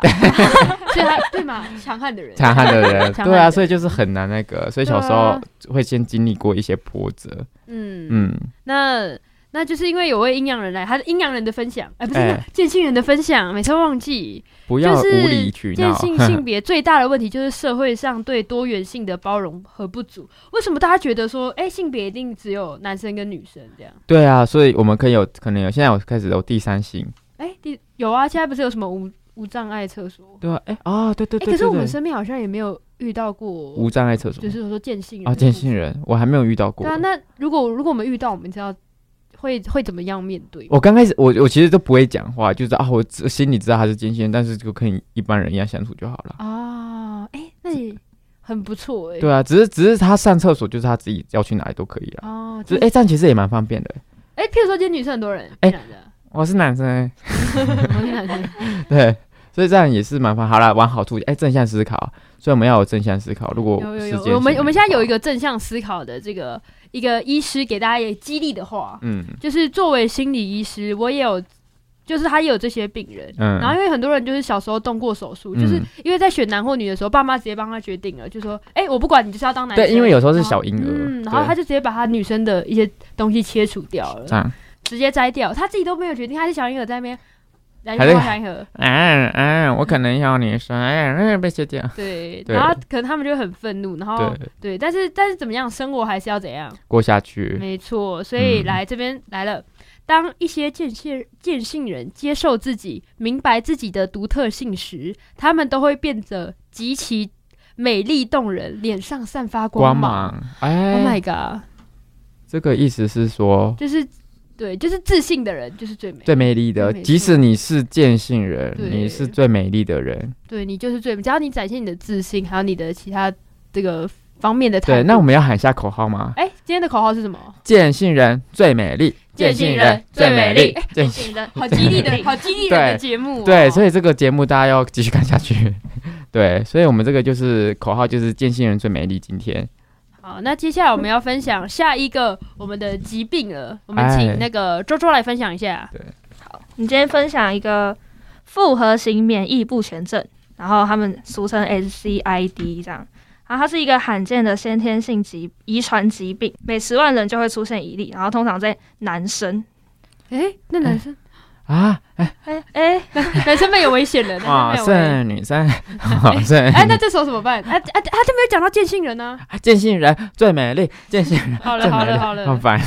S2: 所以他对嘛，强悍的人，
S1: 强悍的 人，
S2: 强悍
S1: 对啊，
S2: 的啊
S1: 所以就是很难那个，所以小时候会先经历过一些波折，
S2: 嗯嗯，
S1: 嗯，
S2: 那那就是因为有位阴阳人来，他是阴阳人的分享，哎，不是
S1: 哎
S2: 见信人的分享，每次忘记。
S1: 不要
S2: 就是
S1: 无理取
S2: 见
S1: 闹，
S2: 性性别最大的问题就是社会上对多元性的包容和不足。为什么大家觉得说，哎、性别一定只有男生跟女生这样？
S1: 对啊，所以我们可以有可能有现在有开始有第三性，
S2: 哎、第有啊，现在不是有什么无无障碍厕所？
S1: 对啊，哎、啊，对对
S2: 哎、
S1: 对
S2: 可是
S1: 对
S2: 我们
S1: 对，
S2: 身边好像也没有遇到过，
S1: 无障碍厕所
S2: 就是说见性人
S1: 啊，见性。人我还没有遇到过
S2: 对。啊，那如果如果我们遇到，我们知道会会怎么样面对？
S1: 我刚开始我我其实都不会讲话，就是啊，我知心里知道他是见性人，但是就跟一般人一样相处就好了。
S2: 啊，哎、那也很不错哎、
S1: 对啊，只是只是他上厕所就是他自己要去哪里都可以啊。
S2: 哦，
S1: 就
S2: 就是
S1: 哎、这样其实也蛮方便的。
S2: 哎、譬如说今天女生很多人，
S1: 哎
S2: 男的，
S1: 我是男生、欸，
S2: 我是男生，
S1: 对，所以这样也是蛮方。好啦，往好处哎、正向思考，所以我们要有正向思考。如果
S2: 有有
S1: 是
S2: 有
S1: 见性，人
S2: 我们我们现在有一
S1: 的
S2: 个正向思考的这个一个医师给大家也激励的话
S1: 话，，嗯
S2: 就是作为心理医师，我也有，就是他也有这些病人。
S1: 嗯，
S2: 然后因为很多人就是小时候动过手术，就是
S1: 嗯
S2: 因为在选男或女的时候，爸妈直接帮他决定了，就说：“哎、我不管你，就是要当男生。”
S1: 对，因为有时候是
S2: 然后
S1: 小婴儿，
S2: 嗯，然后他
S1: 就
S2: 就直接把他女生的一些东西切除掉
S1: 这
S2: 了，
S1: 样，
S2: 直接摘掉，他自己都没有决定，他是小婴儿在那边来
S1: 还在
S2: 抱小婴 儿，
S1: 哎哎，我可能要女生，哎哎，被切掉。
S2: 对，
S1: 对
S2: 然后可能他们就很愤怒，然后
S1: 对，
S2: 对，但是但是怎么样，生活还是要怎样，
S1: 过下去，
S2: 没错，所以
S1: 嗯
S2: 来这边来了。当一些见信见信人接受自己、明白自己的独特性时，他们都会变得极其美丽动人，脸上散发
S1: 光
S2: 芒。
S1: 芒。
S2: Oh
S1: 哎
S2: my，god！
S1: 这个意思是说，
S2: 就是对，就是自信的人就是最美，
S1: 最美丽的
S2: 没。错
S1: 即使你是见性人，
S2: 对
S1: 你是最美丽的人。
S2: 对你就是最美，只要你展现你的自信，还有你的其他这个方面的态
S1: 对，
S2: 度
S1: 那我们要喊一下口号吗？
S2: 哎，今天的口号是什么？
S1: 见性人最美丽，
S3: 见
S1: 性
S3: 信人最
S1: 最
S3: 美
S1: 美
S3: 丽
S1: 丽，见性。
S3: 行的，
S2: 好激 励的，好激励人的节目哦。
S1: 对，所以这个节目大家要继续看下去。 对，所以我们这个就是口号，就是见性人最美丽。今天
S2: 好，那接下来我们要分享下一个我们的疾病了，我们请
S1: 哎
S2: 那个周周来分享一下。
S3: 你今天分享一个复合型免疫不全症，然后他们俗称 SCID 这样。然后它是一个罕见的先天性疾遗传疾病，每十万人就会出现一例，然后通常在男生。
S2: 哎，那男生
S1: 啊，
S3: 哎哎，
S2: 男生们有危险了，
S1: 哇
S2: 男生们有危险。
S1: 塞，女生，哇塞，
S2: 哎，那这时候怎么办？哎哎，他就没有讲到见信人呢。
S1: 见性人最美丽，见性人
S2: 好了
S1: 最
S2: 好
S1: 美
S2: 了
S1: 丽，
S2: 好了
S1: 好烦。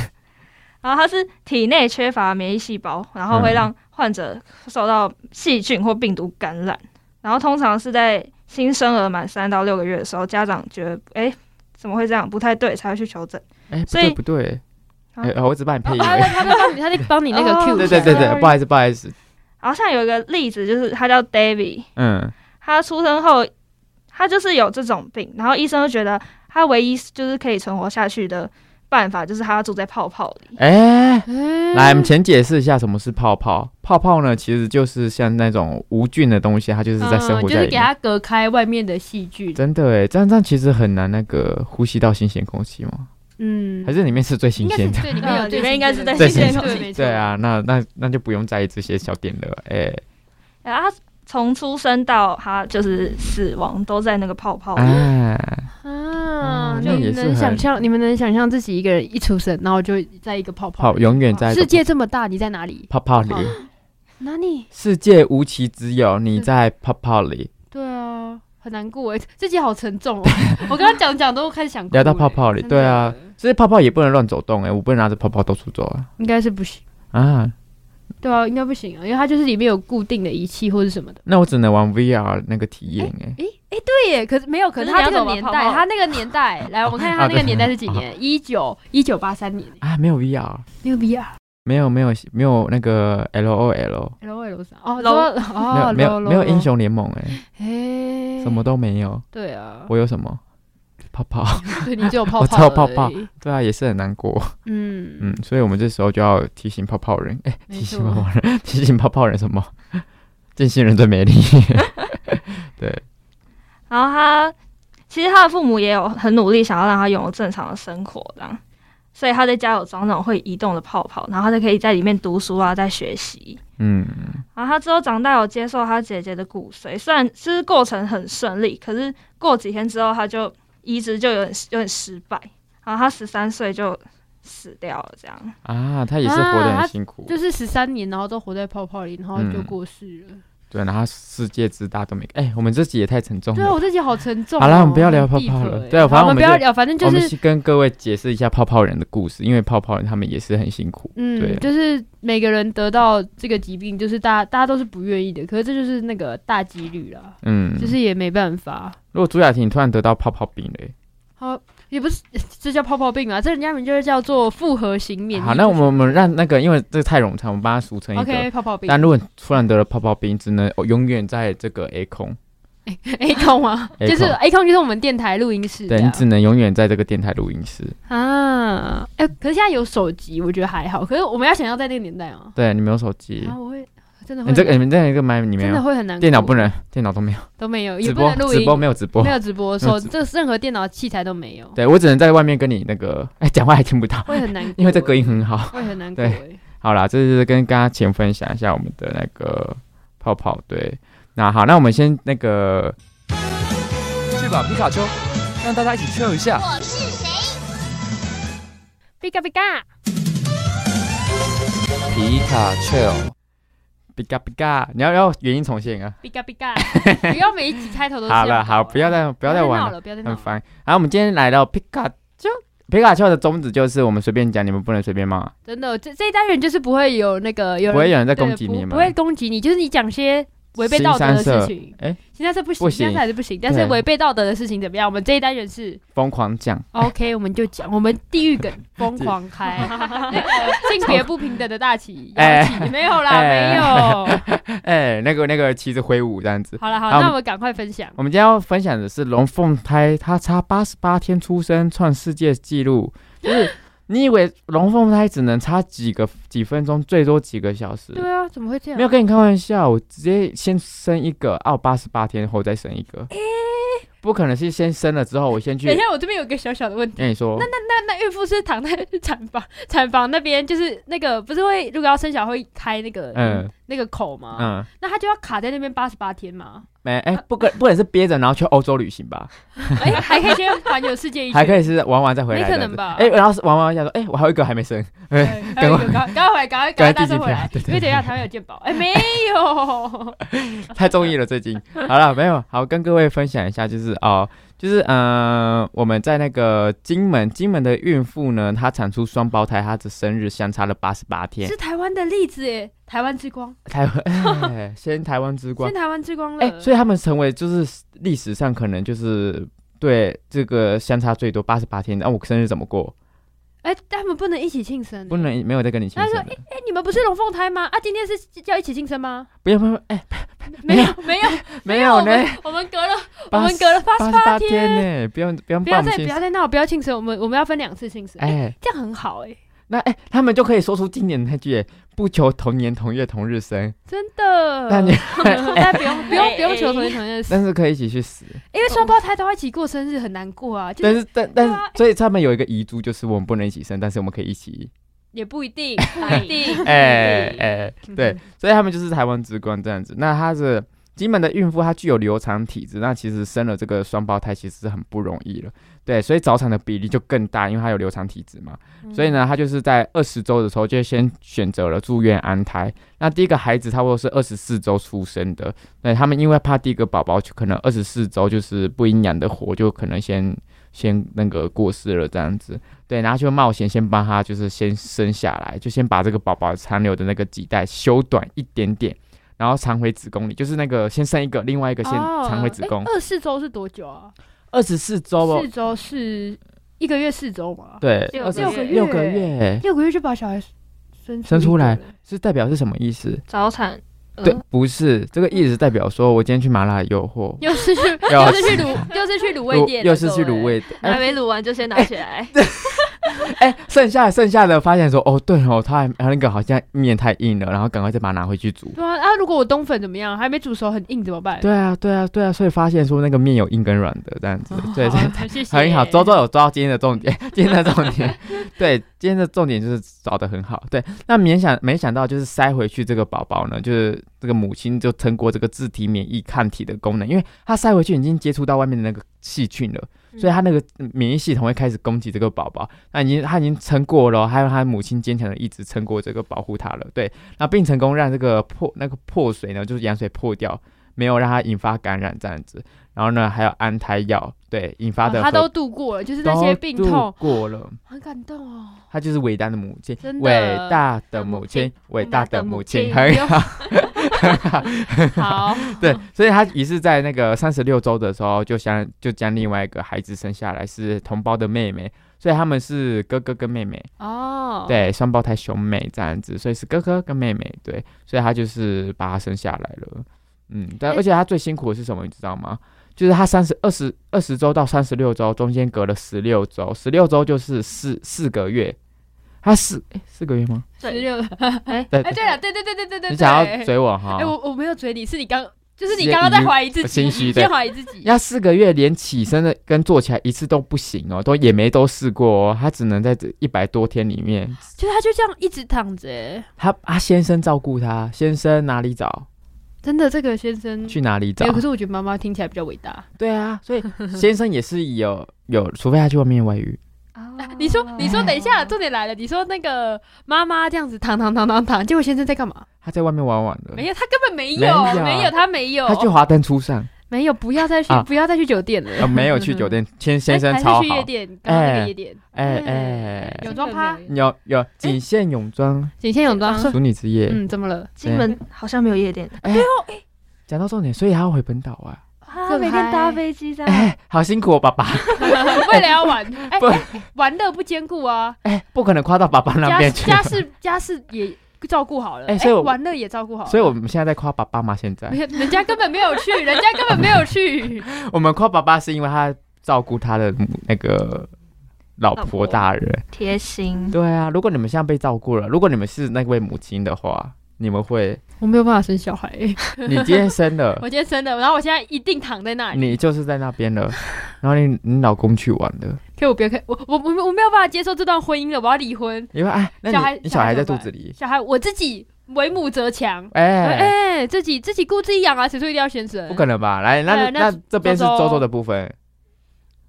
S3: 然后它是体内缺乏免疫细胞，然后会让患者受到细菌或病毒感染。然后通常是在新生儿满三到六个月的时候，家长觉得哎怎么会这样，不太对，才会去求诊。
S1: 哎，不
S3: 所以
S1: 对不对，
S3: 啊
S1: 哎，我只帮你配
S2: 哦
S1: 音
S2: 他
S1: 而已。
S2: 在他在帮你，他在帮你那个
S3: 哦
S2: Q。
S1: 对对对对，
S3: sorry
S1: 不好意思不好意思，
S3: 然后像有一个例子，就是他叫 David，
S1: 嗯，
S3: 他出生后他就是有这种病，然后医生就觉得他唯一就是可以存活下去的办法，就是他要住在泡泡里。
S1: 哎。
S2: 对
S1: 来，我们先解释一下什么是泡泡。泡泡呢，其实就是像那种无菌的东西，它就是在生活
S2: 嗯，就
S1: 在
S2: 是
S1: 里
S2: 给
S1: 面。
S2: 他隔开外面的细菌。
S1: 真的哎，这样这样其实很难那个呼吸到新鲜空气吗？
S2: 嗯
S1: 还，是里面是最新
S2: 应该
S1: 鲜的？
S2: 是对里面有
S3: 嗯里面应该是在
S1: 新鲜
S2: 的
S1: 的
S2: 对，没错。
S1: 对啊，，那那那就不用在意这些小点了。哎，
S3: 然后他从出生到他就是死亡都在那个泡
S2: 哦
S3: 泡里。
S1: 哎，
S2: 啊，
S1: 嗯
S2: 你
S1: 那也
S2: 们
S1: 是
S2: 能想
S1: 很
S2: 象，你们能想象自己一个人一出生，然后就在一个泡泡
S1: 好，永远在一个
S2: 世界这么大，你在哪里？
S1: 泡泡里，
S2: 哦哪里？
S1: 世界无奇之有，你在泡泡里。
S2: 对啊，很难过 哎，这集好沉重哦。 我刚刚讲讲都开始想哭
S1: 聊到
S2: 了
S1: 泡泡里
S2: 真的
S1: 对啊
S2: 嗯
S1: 所以泡泡也不能乱走动哎，我不能拿着泡泡到处走啊
S2: 应该是不行。
S1: 啊！
S2: 对啊，应该不行啊，因为它就是里面有固定的仪器或者什么的。
S1: 那我只能玩 VR 那个体验哎。
S2: 对耶，可是没有，可是
S3: 可是
S2: 他
S3: 你
S2: 这个
S3: 要走吧
S2: 年
S3: 泡
S2: 代，
S3: 泡
S2: 他那个年 代，来我们看一下他
S1: 啊
S2: 那个
S1: 对
S2: 年代是几年？一九一九八三年，
S1: 啊，没有 VR，
S2: 六 B 啊
S1: 没有没有没有那个 LOL，
S2: ，L L 三哦
S3: 楼
S2: 说
S1: 没
S2: 哦，
S1: 有没有
S2: 楼
S1: 没有英，雄联盟哎，
S2: 哎，
S1: 什么？都没有。
S2: 对啊，
S1: 我有什么？泡 泡。
S2: 对你只有泡
S1: 我
S2: 泡，
S1: 只有泡泡，对啊，也是很难过。
S2: 嗯
S1: 嗯，所以我们这时候就要提醒泡泡人，哎、
S2: 没
S1: 提醒
S2: 错
S1: 泡泡人，提醒泡泡人什么？ 见信人最美丽。 对，
S3: 然后他其实他的父母也有很努力想要让他拥有正常的生活，这样，所以他在家有装那种会移动的泡泡，然后他就可以在里面读书啊，在学习。
S1: 嗯，
S3: 然后他之后长大有接受他姐姐的骨髓，虽然就是过程很顺利，可是过几天之后他就移植就有点有点失败，然后他十三岁就死掉了，这样。
S1: 啊，他也是活得
S2: 啊他
S1: 很辛苦。
S2: 就是十三年，然后都活在泡泡里，然后
S1: 嗯
S2: 就过世了。
S1: 对，然后世界之大都没。哎、我们这集也太沉重
S2: 对啊，
S1: 了。
S2: 我这集好沉重哦。
S1: 好啦我们不要聊泡
S2: 很 deep
S1: 泡了
S2: 欸
S1: 对啊反正
S2: 好我
S1: 我们
S2: 们不要
S1: 就
S2: 聊，反正就
S1: 我们
S2: 是
S1: 先跟各位解释一下泡泡人的故事，因为泡泡人他们也是很辛苦。
S2: 嗯
S1: 对，
S2: 就是每个人得到这个疾病，就是大家大家都是不愿意的，可是这就是那个大几率啦，
S1: 嗯，
S2: 就是也没办法。
S1: 如果朱雅婷突然得到泡泡病嘞，
S2: 好，也不是这叫泡泡病啊，这人家名就是叫做复合型免疫。
S1: 好，那我们我们让那个，因为这个太冗长，我们帮他俗称一个。
S2: OK 泡泡病
S1: 但如果突然得了泡泡病，只能永远在这个 A 空。
S2: A 控啊，
S1: A
S2: 就是
S1: 控
S2: A 控就是我们电台录音室的
S1: 对你只能永远在这个电台录音室。
S2: 啊。哎，可是现在有手机，我觉得还好。可是我们要想要在那个年代啊，
S1: 对你没有手机
S2: 啊，，我会真的会
S1: 你这个你们这个麦你没
S2: 真的
S1: 有，
S2: 会很难过，
S1: 电脑不能，电脑都没有，
S2: 都没有，也
S1: 直
S2: 不
S1: 播
S2: 能录音，
S1: 直播没有直播
S2: 没。有直播，
S1: 没
S2: 手
S1: 有直
S2: 这任何电脑器材都没有，
S1: 对我只能在外面跟你那个，哎，讲话还听不 到，
S2: 会很难过，
S1: 因为这隔音很好。
S2: 会很难过。
S1: 对
S2: 哎
S1: 好啦，这就是跟大家前分享一下我们的那个泡泡。对，那好，那我们先那个
S5: 去吧，皮卡丘，让大家一起 chill 一下。
S6: 我是谁？
S2: 比嘎比嘎，
S5: 皮卡丘，
S1: 比嘎比嘎，你要要原音重现啊。
S2: 比嘎比嘎，不要每一集开头都是
S1: 好
S2: 这样
S1: 了，好，
S2: 搞啊
S1: 不要再不
S2: 不
S1: 要再玩
S2: 闹
S1: 了。
S2: 了，不要再闹
S1: 很
S2: 了。
S1: 烦。然后我们今天来到皮卡丘，皮卡丘的宗旨就是我们随便讲，你们不能随便骂，
S2: 真的，这这一单元就是不会有那个有
S1: 不
S2: 人
S1: 会有人在
S2: 对
S1: 攻击
S2: 不
S1: 你们。
S2: 不会攻击你，就是你讲些违背道德的事情。
S1: 哎、
S2: 现在是不行，
S1: 不行
S2: 现在还是不行。但是
S1: 对
S2: 违背道德的事情怎么样？我们这一单 元是
S1: 疯狂讲，
S2: OK，我们就讲我们地狱梗疯狂开 那个性别不平等的大旗
S1: 哎
S2: 摇旗，没有啦，
S1: 哎
S2: 没有。
S1: 哎、那个那个旗子挥舞这样 子。
S2: 好了好，
S1: 好
S2: 那我们赶快分享。
S1: 我们今天要分享的是龙凤胎，他差八十八天出生，创世界纪录。就是你以为龙凤胎只能差几个几分钟，最多几个小时？
S2: 对啊，怎么会这样？
S1: 没有跟你开玩笑，我直接先生一个，哦，八十八天后再生一个。不可能是先生了之后，我先去
S2: 等一。下，我这边有一个小小的问题。
S1: 跟你说，
S2: 那那孕妇是躺在 产房产房那边，就是那个不是会如果要生小孩会开那个
S1: 嗯
S2: 那个口吗？
S1: 嗯，
S2: 那她就要卡在那边八十八 天吗？
S1: 没，哎、不可，不可能是憋着然后去欧洲旅行吧？
S2: 哎，还可以先环游世界一圈，
S1: 还可以是玩完再回来，
S2: 没可能吧
S1: 哎、然后是玩完一下说，哎、我还有一个还没 生，
S2: 对。还有一个哎赶快赶快回来，赶快赶快大声回来
S1: 赶快第几天对，对
S2: 因为等一下台湾有健保。哎，没 有。
S1: 太中意了最近。好了，没有，好跟各位分享一下，就是哦，就是嗯、呃我们在那个金门，金门的孕妇呢，她产出双胞胎，她的生日相差了八十八天
S2: 是。台湾的例子耶，台湾之光，
S1: 台湾、 哎先台湾之光
S2: 现，在台湾之光了。
S1: 哎、所以他们成为就是历史上可能就是对这个相差最多八十八天。啊那、我生日怎么过？
S2: 哎、他们不能一起庆生。
S1: 不能没有在跟你庆
S2: 他
S1: 生
S2: 说
S1: 了，
S2: 哎、你们不是龙凤胎吗？啊，今天是要一起庆生吗？
S1: 不要不要，哎、
S2: 没有，没有，
S1: 没有
S2: 我
S1: 呢。
S2: 们我们隔了，我
S1: 八
S2: 们
S1: 十
S2: 隔了八
S1: 八十
S2: 十
S1: 八
S2: 八
S1: 天呢、不用不用
S2: 不要
S1: 帮我们
S2: 再不
S1: 庆
S2: 要
S1: 生。
S2: 再闹，不要庆生，我们我们要分两次庆生。哎、
S1: 哎、
S2: 这样很好哎、
S1: 那哎、他们就可以说出经典的那句哎“不求同年同月同日生
S2: 真”，的。
S1: 那你
S2: 但不用不用不用求同
S3: 哎
S2: 年同月
S1: 但
S2: 死，
S1: 是可以一起去死。
S2: 因为双胞胎都要一起过生日很难过啊，就
S1: 但
S2: 是
S1: 是但但是，所以他们有一个遗珠，就是我们不能一起生，但是我们可以一 起。
S2: 也不一定不一定。
S1: 哎哎，
S2: 嗯
S1: 对，所以他们就是台湾之光这样子。那她是金门的孕妇，她具有流产体质，那其实生了这个双胞胎其实是很不容易了。对，所以早产的比例就更大，因为她有流产体质嘛。所以呢，她就是在二十周的时候就先选择了住院安胎。那第一个孩子差不多是二十四周出生的，对他们因为怕第一个宝宝就可能二十四周就是不营养的活，就可能先先那个过世了这样子。对，然后就冒险先帮他就是先生下来，就先把这个宝宝残留的那个脐带修短一点点，然后藏回子宫里，就是那个先生一个，另外一个先藏回子宫。
S2: 哦哎二四周是多久啊？
S1: 二十四周哦
S2: 四，周是一个月四周吗？
S1: 对，
S3: 六
S1: 二十
S3: 个月
S1: 六个月
S2: 六个月就把小孩生
S1: 生出
S2: 一个
S1: 来
S2: 了
S1: 哎是代表是什么意思？
S3: 早产，呃
S2: 嗯
S1: 对，不是这个意思代表说我今天去麻辣诱惑，
S2: 又是去
S1: 要
S2: 又是去卤又是去卤味
S1: 又
S2: 店了，
S1: 又是去
S2: 各位
S1: 卤。味的，
S3: 还
S1: 哎
S3: 没卤完就先拿起来，
S1: 哎，剩下剩下的发现说哦对哦，它还它那个好像面太硬了，然后赶快再把它拿回去煮。
S2: 对啊，啊，如果我冬粉怎么样，还没煮熟很硬怎么办？
S1: 对啊对啊对啊，所以发现说那个面有硬跟软的这样子，对对
S2: 哦好，谢谢。
S1: 很好，周周有抓到今天的重点， 今天的重 点，对，今天的重点就是找的很好。对，那没想没想到就是塞回去这个宝宝呢，就是这个母亲就通过这个自体免疫抗体的功能，因为它塞回去已经接触到外面的那个细菌了，所以它那个嗯免疫系统会开始攻击这个宝宝。那已经它已经撑过了哦，还有它母亲坚强的一直撑过这个保护它了。对，那并成功让这个破那个破水呢，就是羊水破掉。没有让它引发感染这样子，然后呢，还有安胎药，对引发
S2: 啊
S1: 的
S2: 他
S1: 合
S2: 都度过了，就是那些病
S1: 都
S2: 痛
S1: 度，过了，
S2: 很感动哦。
S1: 她就是伟大的母亲
S2: 真，的
S1: 伟大的母亲，伟大的母亲，哎
S3: 伟大
S1: 很
S3: 的母
S1: 好。
S2: 好，
S1: 对，所以她于是在那个三十六周的时候，就将就将另外一个孩子生下来，是同胞的妹妹，所以他们是哥哥跟妹妹，
S2: 哦，，
S1: 对，双胞胎兄妹这样子，所以是哥哥跟妹妹，对，所以她就是把她生下来了，嗯，但
S2: 哎
S1: 而且她最辛苦的是什么，你知道吗？就是她三十二十二十周到三十六周中间隔了十六周，十六周就是四四个月，她四哎四个月吗？
S2: 十六。
S1: 对，
S2: 哎，对了，对对对对对对，
S1: 你想要
S2: 对
S1: 嘴我哈
S2: 哎，？我我没有嘴你，是你刚，就是
S1: 是
S2: 你刚刚在怀疑自
S1: 我
S2: 己，
S1: 心虚
S2: 你
S1: 对
S2: 先怀疑自己。
S1: 要四个月连起身的跟坐起来一次都不行哦，都也没都试过哦，她只能在这一百多天里面，
S2: 就他就这样一直躺着，哎
S1: 她啊先生照顾她，先生哪里找
S2: 真的，这个先生。
S1: 去哪里找
S2: 没有，？哎可是我觉得妈妈听起来比较伟大。
S1: 对啊， 所以先生也是有有，除非他去外面外遇。
S2: 你说，
S3: 哦
S2: 你说，等一下，重点来了。你说那个妈妈这样子躺躺躺躺躺，结果先生在干嘛？
S1: 他在外面玩玩的，
S2: 没有，他根本没有，
S1: 没有
S2: 没有，他没有
S1: 他，去华灯初 上，
S2: 没有，不要再去
S1: 啊，
S2: 不要再去酒店
S1: 呃，
S2: 了。
S1: 没有去酒店，先先生
S2: 哎还
S1: 超
S2: 还是去
S1: 好
S2: 夜，店，刚刚那
S1: 哎
S2: 个夜店，
S1: 哎哎，
S2: 泳装趴，
S1: 有有
S2: 哎
S1: 仅限泳装
S2: 景天泳装说，嗯
S1: 淑女之夜，
S2: 嗯，怎么了？
S3: 金门好像没有夜店，
S1: 哎，讲到重点，所以还要回本岛啊！
S3: 啊，每天搭飞机这
S1: 哎、
S3: 样，
S1: 好辛苦哦，爸爸。
S2: 为了 要玩，哎、
S1: 不
S2: 哎玩乐不兼顾啊，
S1: 哎、不可能跨到爸爸那
S2: 家
S1: 边去。
S2: 家事 家事也照顾好了，哎、
S1: 哎所以我
S2: 玩乐也照顾好了，
S1: 所以我们现在在夸爸爸吗？现在
S2: 没有人家根本没有 去，人家根本没有 去，
S1: 我们夸爸爸是因为他照顾他的母那个老
S3: 老
S1: 婆
S3: 婆
S1: 大人。
S3: 贴心。
S1: 对啊，如果你们现在被照顾了，如果你们是那位母亲的话，你们 会，
S2: 我没有办法生小 孩、
S1: 你今天生了
S2: 我，今天生的，然后我现在一定躺在那里，
S1: 你就是在那边了，然后你你老公去玩了，
S2: 可以我别看我我我我没有办法接受这段婚姻了，我要离婚，
S1: 因为哎，那
S2: 小孩
S1: 你你小孩
S2: 小孩
S1: 在
S2: 怎么
S1: 肚
S2: 办
S1: 子里，
S2: 小孩我自己为母则强。
S1: 哎、
S2: 哎、自己自己顾自己养啊，谁说一定要先生？
S1: 不可能吧？来，那
S2: 对哎那
S1: 那这边是
S2: 周周
S1: 周周的部分，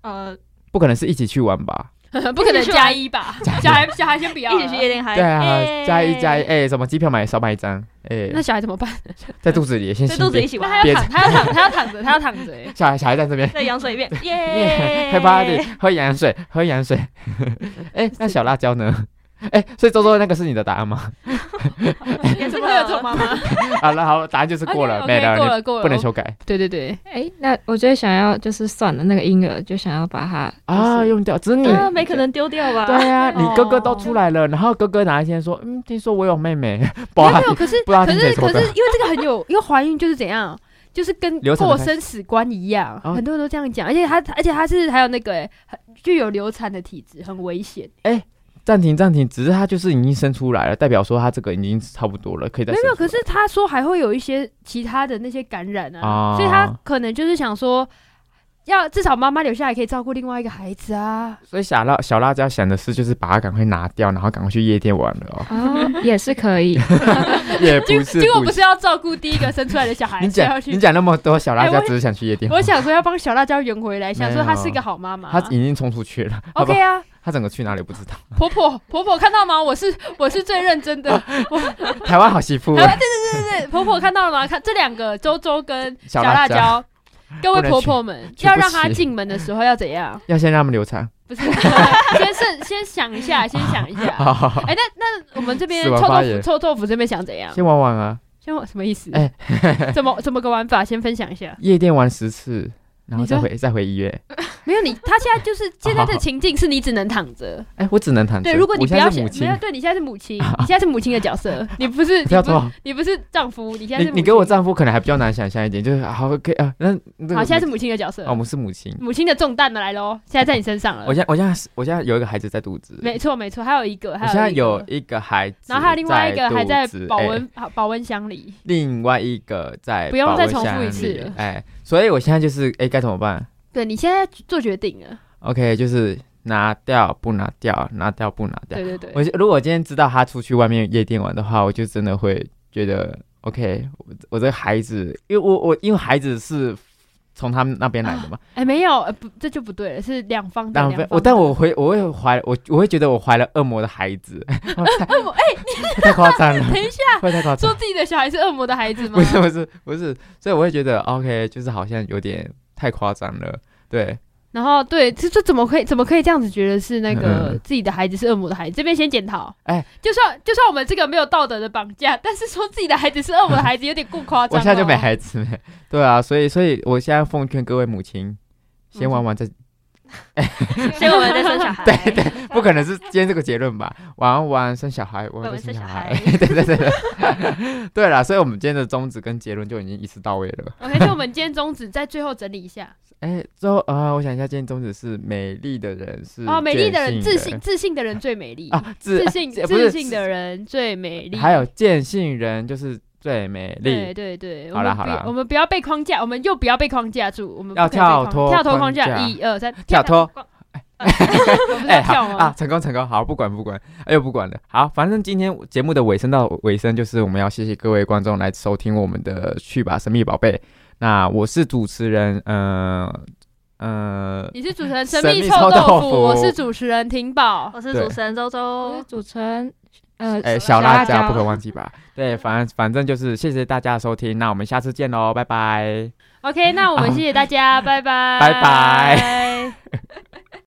S3: 呃，
S1: 不可能是一起去玩吧？
S2: 能， 不可能加一吧？ 小孩小孩先不要
S3: 一
S2: 了，
S3: 起 去夜店嗨，
S1: 对啊，
S3: 哎
S1: 加一加一，哎，什么机票买少买一张，哎
S2: 那，小孩怎么办？
S1: 在肚子里先
S3: 在
S1: 先
S3: 肚子一
S1: 别，
S3: 起
S2: 那他
S3: 玩，
S1: 别
S2: 要躺，他要躺， 他要躺着，他 要躺着、欸。
S1: 小孩小孩在这边，
S3: 在羊水里面，耶
S1: 耶，开 party，喝羊水，喝羊水。 哎，那小辣椒呢？哎，所以周周那个是你的答案吗？
S3: 也
S2: 这
S3: 是
S2: 个会
S3: 会
S2: 有这种
S3: 有这种
S2: 妈妈？
S1: 好了，好，答案就是过了，
S2: OK，OK，
S1: 没
S2: 过
S1: 了，
S2: 了，过
S1: 你
S2: 了，
S1: 不能修改
S2: 我。对对对，
S4: 哎，那我就想要就是算了那个婴儿，就想要把它
S1: 啊，
S4: 就是，
S1: 用掉，只是你。
S3: 啊，没可能丢掉吧？
S1: 对啊，你哥哥
S3: 哦
S1: 都出来了，然后哥哥哪一天说，嗯，听说我有妹妹， 不
S2: 没
S1: 好
S2: 有
S1: 意
S2: 没
S1: 思，
S2: 有，可是
S1: 不知道
S2: 可
S1: 听
S2: 是
S1: 谁
S2: 可
S1: 说
S2: 是，
S1: 的。
S2: 因为这个很有，因为怀孕就是怎样，就是跟
S1: 流程的
S2: 过
S1: 开
S2: 生死关一样，
S1: 哦
S2: 很多人都这样讲，而且他而且他是还有那个哎、很具有流产的体质，很危险。
S1: 暂停暂停，只是他就是已经生出来了，代表说他这个已经差不多了，可以再
S2: 没有没有，可
S1: 生出
S2: 是他说还会有一些其他的那些感染啊，
S1: 啊
S2: 所以他可能就是想说，要至少妈妈留下来可以照顾另外一个孩子啊
S1: 来。所以小辣小辣椒想的是就是把它赶快拿掉，然后赶快去夜店玩了哦
S4: 哦， 也是可以。
S1: 也
S2: 结
S1: 不是
S2: 结果不
S1: 行
S2: 是要照顾第一个生出来的小孩，
S1: 你
S2: 是要
S1: 讲
S2: 去
S1: 你讲那么多，小辣
S2: 哎
S1: 椒
S2: 我
S1: 只是想去夜店玩，
S2: 我想说要帮小辣椒圆回来，想说她
S1: 没有
S2: 是个好妈妈。
S1: 他已经冲出去了，好吧
S2: 啊 OK，啊，
S1: 他整个去哪里不知道，
S2: 婆婆婆婆看到吗？我是我是最认真的。
S1: 台湾好啊媳妇
S2: 台，湾对对对对，婆婆看到了吗？看这两个周周跟小辣
S1: 小辣
S2: 椒，各
S1: 不
S2: 位
S1: 能
S2: 婆婆们，
S1: 去
S2: 要
S1: 不
S2: 让她
S1: 起
S2: 进门的时候要怎 样？
S1: 要先让他们流产，
S2: 不是， 先慎先想一下，先想一下。
S1: 好好好，
S2: 哎，那那我们这边
S1: 死
S2: 臭
S1: 亡
S2: 豆
S1: 发
S2: 腐
S1: 言
S2: 臭豆腐这边想怎样？
S1: 先玩玩啊，
S2: 先我什么意思？
S1: 哎
S2: 怎么怎么个玩法？先分享一下。
S1: 夜店玩十次，然后
S2: 你说
S1: 再回再回医院，
S2: 没有你，他现在就是现在
S1: 好好
S2: 的
S1: 好
S2: 情境是你只能躺着。
S1: 哎，我只能躺着，
S2: 对，如果你
S1: 我
S2: 不
S1: 现在
S2: 要
S1: 是
S2: 想
S1: 母，
S2: 没
S1: 亲
S2: 有，，对你现在是母亲， 你现在是母亲的角色，你不是，
S1: 不要
S2: 你不
S1: 动，
S2: 你不是丈夫，你现在
S1: 你
S2: 是
S1: 你
S2: 母
S1: 给我
S2: 亲
S1: 丈夫可能还比较难想象一点，就是好可以啊，那那个
S2: 好，现在是
S1: 母
S2: 母亲的角色
S1: 哦，我，们是母亲，
S2: 母亲的重担的来喽，现在在你身上
S1: 我
S2: 了。
S1: 现在我现在是我现在有一个孩子在肚子，
S2: 没错没错，还有一个，
S1: 我
S2: 还
S1: 现在有
S2: 一个
S1: 一个孩子，
S2: 然后还有另外一个还在
S1: 肚子
S2: 保，
S1: 哎
S2: 温好保温箱里，
S1: 另外一个在
S2: 不用
S1: 保
S2: 再
S1: 温
S2: 重复
S1: 箱
S2: 一次
S1: 里
S2: 了
S1: 哎，所以我现在就是哎该怎么办
S2: 对你现在做决定了，
S1: ？OK，就是拿掉不拿掉，拿掉不拿掉
S2: 对。对对
S1: 我。如果我今天知道他出去外面夜店玩的话，我就真的会觉得 OK，我我这个孩子，因为我我因为孩子是从他们那边来的嘛，
S2: 哎，没有，呃不，这就不对了，是两方的
S1: 浪
S2: 两
S1: 费
S2: 方。
S1: 我，但我会我会怀我我会觉得我怀了恶魔的孩 子，恶魔哎，太夸张了，
S2: 等一下
S1: 会太夸张。
S2: 说自己的小孩是恶魔的孩子吗
S1: 不？是不是不是，所以我会觉得 OK，就是好像有点太夸张了。对，
S2: 然后对，这这怎么可以怎么可以这样子觉得是那个
S1: 嗯
S2: 自己的孩子是恶魔的孩子？这边先检讨。
S1: 哎，
S2: 就算就算我们这个没有道德的绑架，但是说自己的孩子是恶魔的孩子，有点过夸
S1: 我
S2: 张哦了。
S1: 现在就没孩子了。对啊，所以所以我现在奉劝各位母亲，先
S2: 嗯
S1: 玩玩再，
S3: 所以我们在生小孩，对对，
S1: 不可能是今天这个结论吧？玩玩生小孩，玩
S3: 我
S1: 玩
S3: 们
S1: 再
S3: 生
S1: 生
S3: 小
S1: 小
S3: 孩
S1: 孩。， 对对对对，对 啦，所以我们今天的宗旨跟结论就已经一次到位了。
S2: OK，所以我们今天宗旨在最后整理一下。
S1: 哎，最后啊、呃我想一下，今天宗旨是美丽的人是
S2: 哦，美丽的人，
S1: 见
S2: 自信自信的人最美丽，
S1: 啊，自
S2: 自 信
S1: 不
S2: 自
S1: 是
S2: 信的人最美丽。
S1: 还有见信人就是最美丽
S2: 对。对对，
S1: 好啦
S2: 我们不
S1: 好啦
S2: 我们不要被框架，我们又不要被框架住，我们不
S1: 要
S2: 可以被框
S1: 跳脱
S2: 跳脱框
S1: 框
S2: 架，
S1: 架
S2: 一二三，
S1: 跳脱，
S2: 我 们不是要跳
S1: 好啊
S2: 吗？，
S1: 成功成功，好，不管不管，哎呦不管了，好，反正今天节目的尾声到尾声，就是我们要谢谢各位观众来收听我们的《去吧神秘宝贝》。那我是主持人，呃呃，
S2: 你是主持人神
S1: 神
S2: 秘
S1: 秘
S2: 臭
S1: 臭
S2: 豆
S1: 豆
S2: 腐，
S1: 腐
S2: 我是主持人婷宝。
S3: 我是主持人周
S4: 我是
S3: 周，
S4: 主持人，呃，
S1: 哎、小
S4: 小辣
S1: 辣椒
S4: 椒
S1: 不可忘记吧？对，反正反正就是谢谢大家的收听，那我们下次见喽，拜拜。
S2: OK，那我们
S1: 啊
S2: 谢谢大家，拜拜，
S1: 拜拜。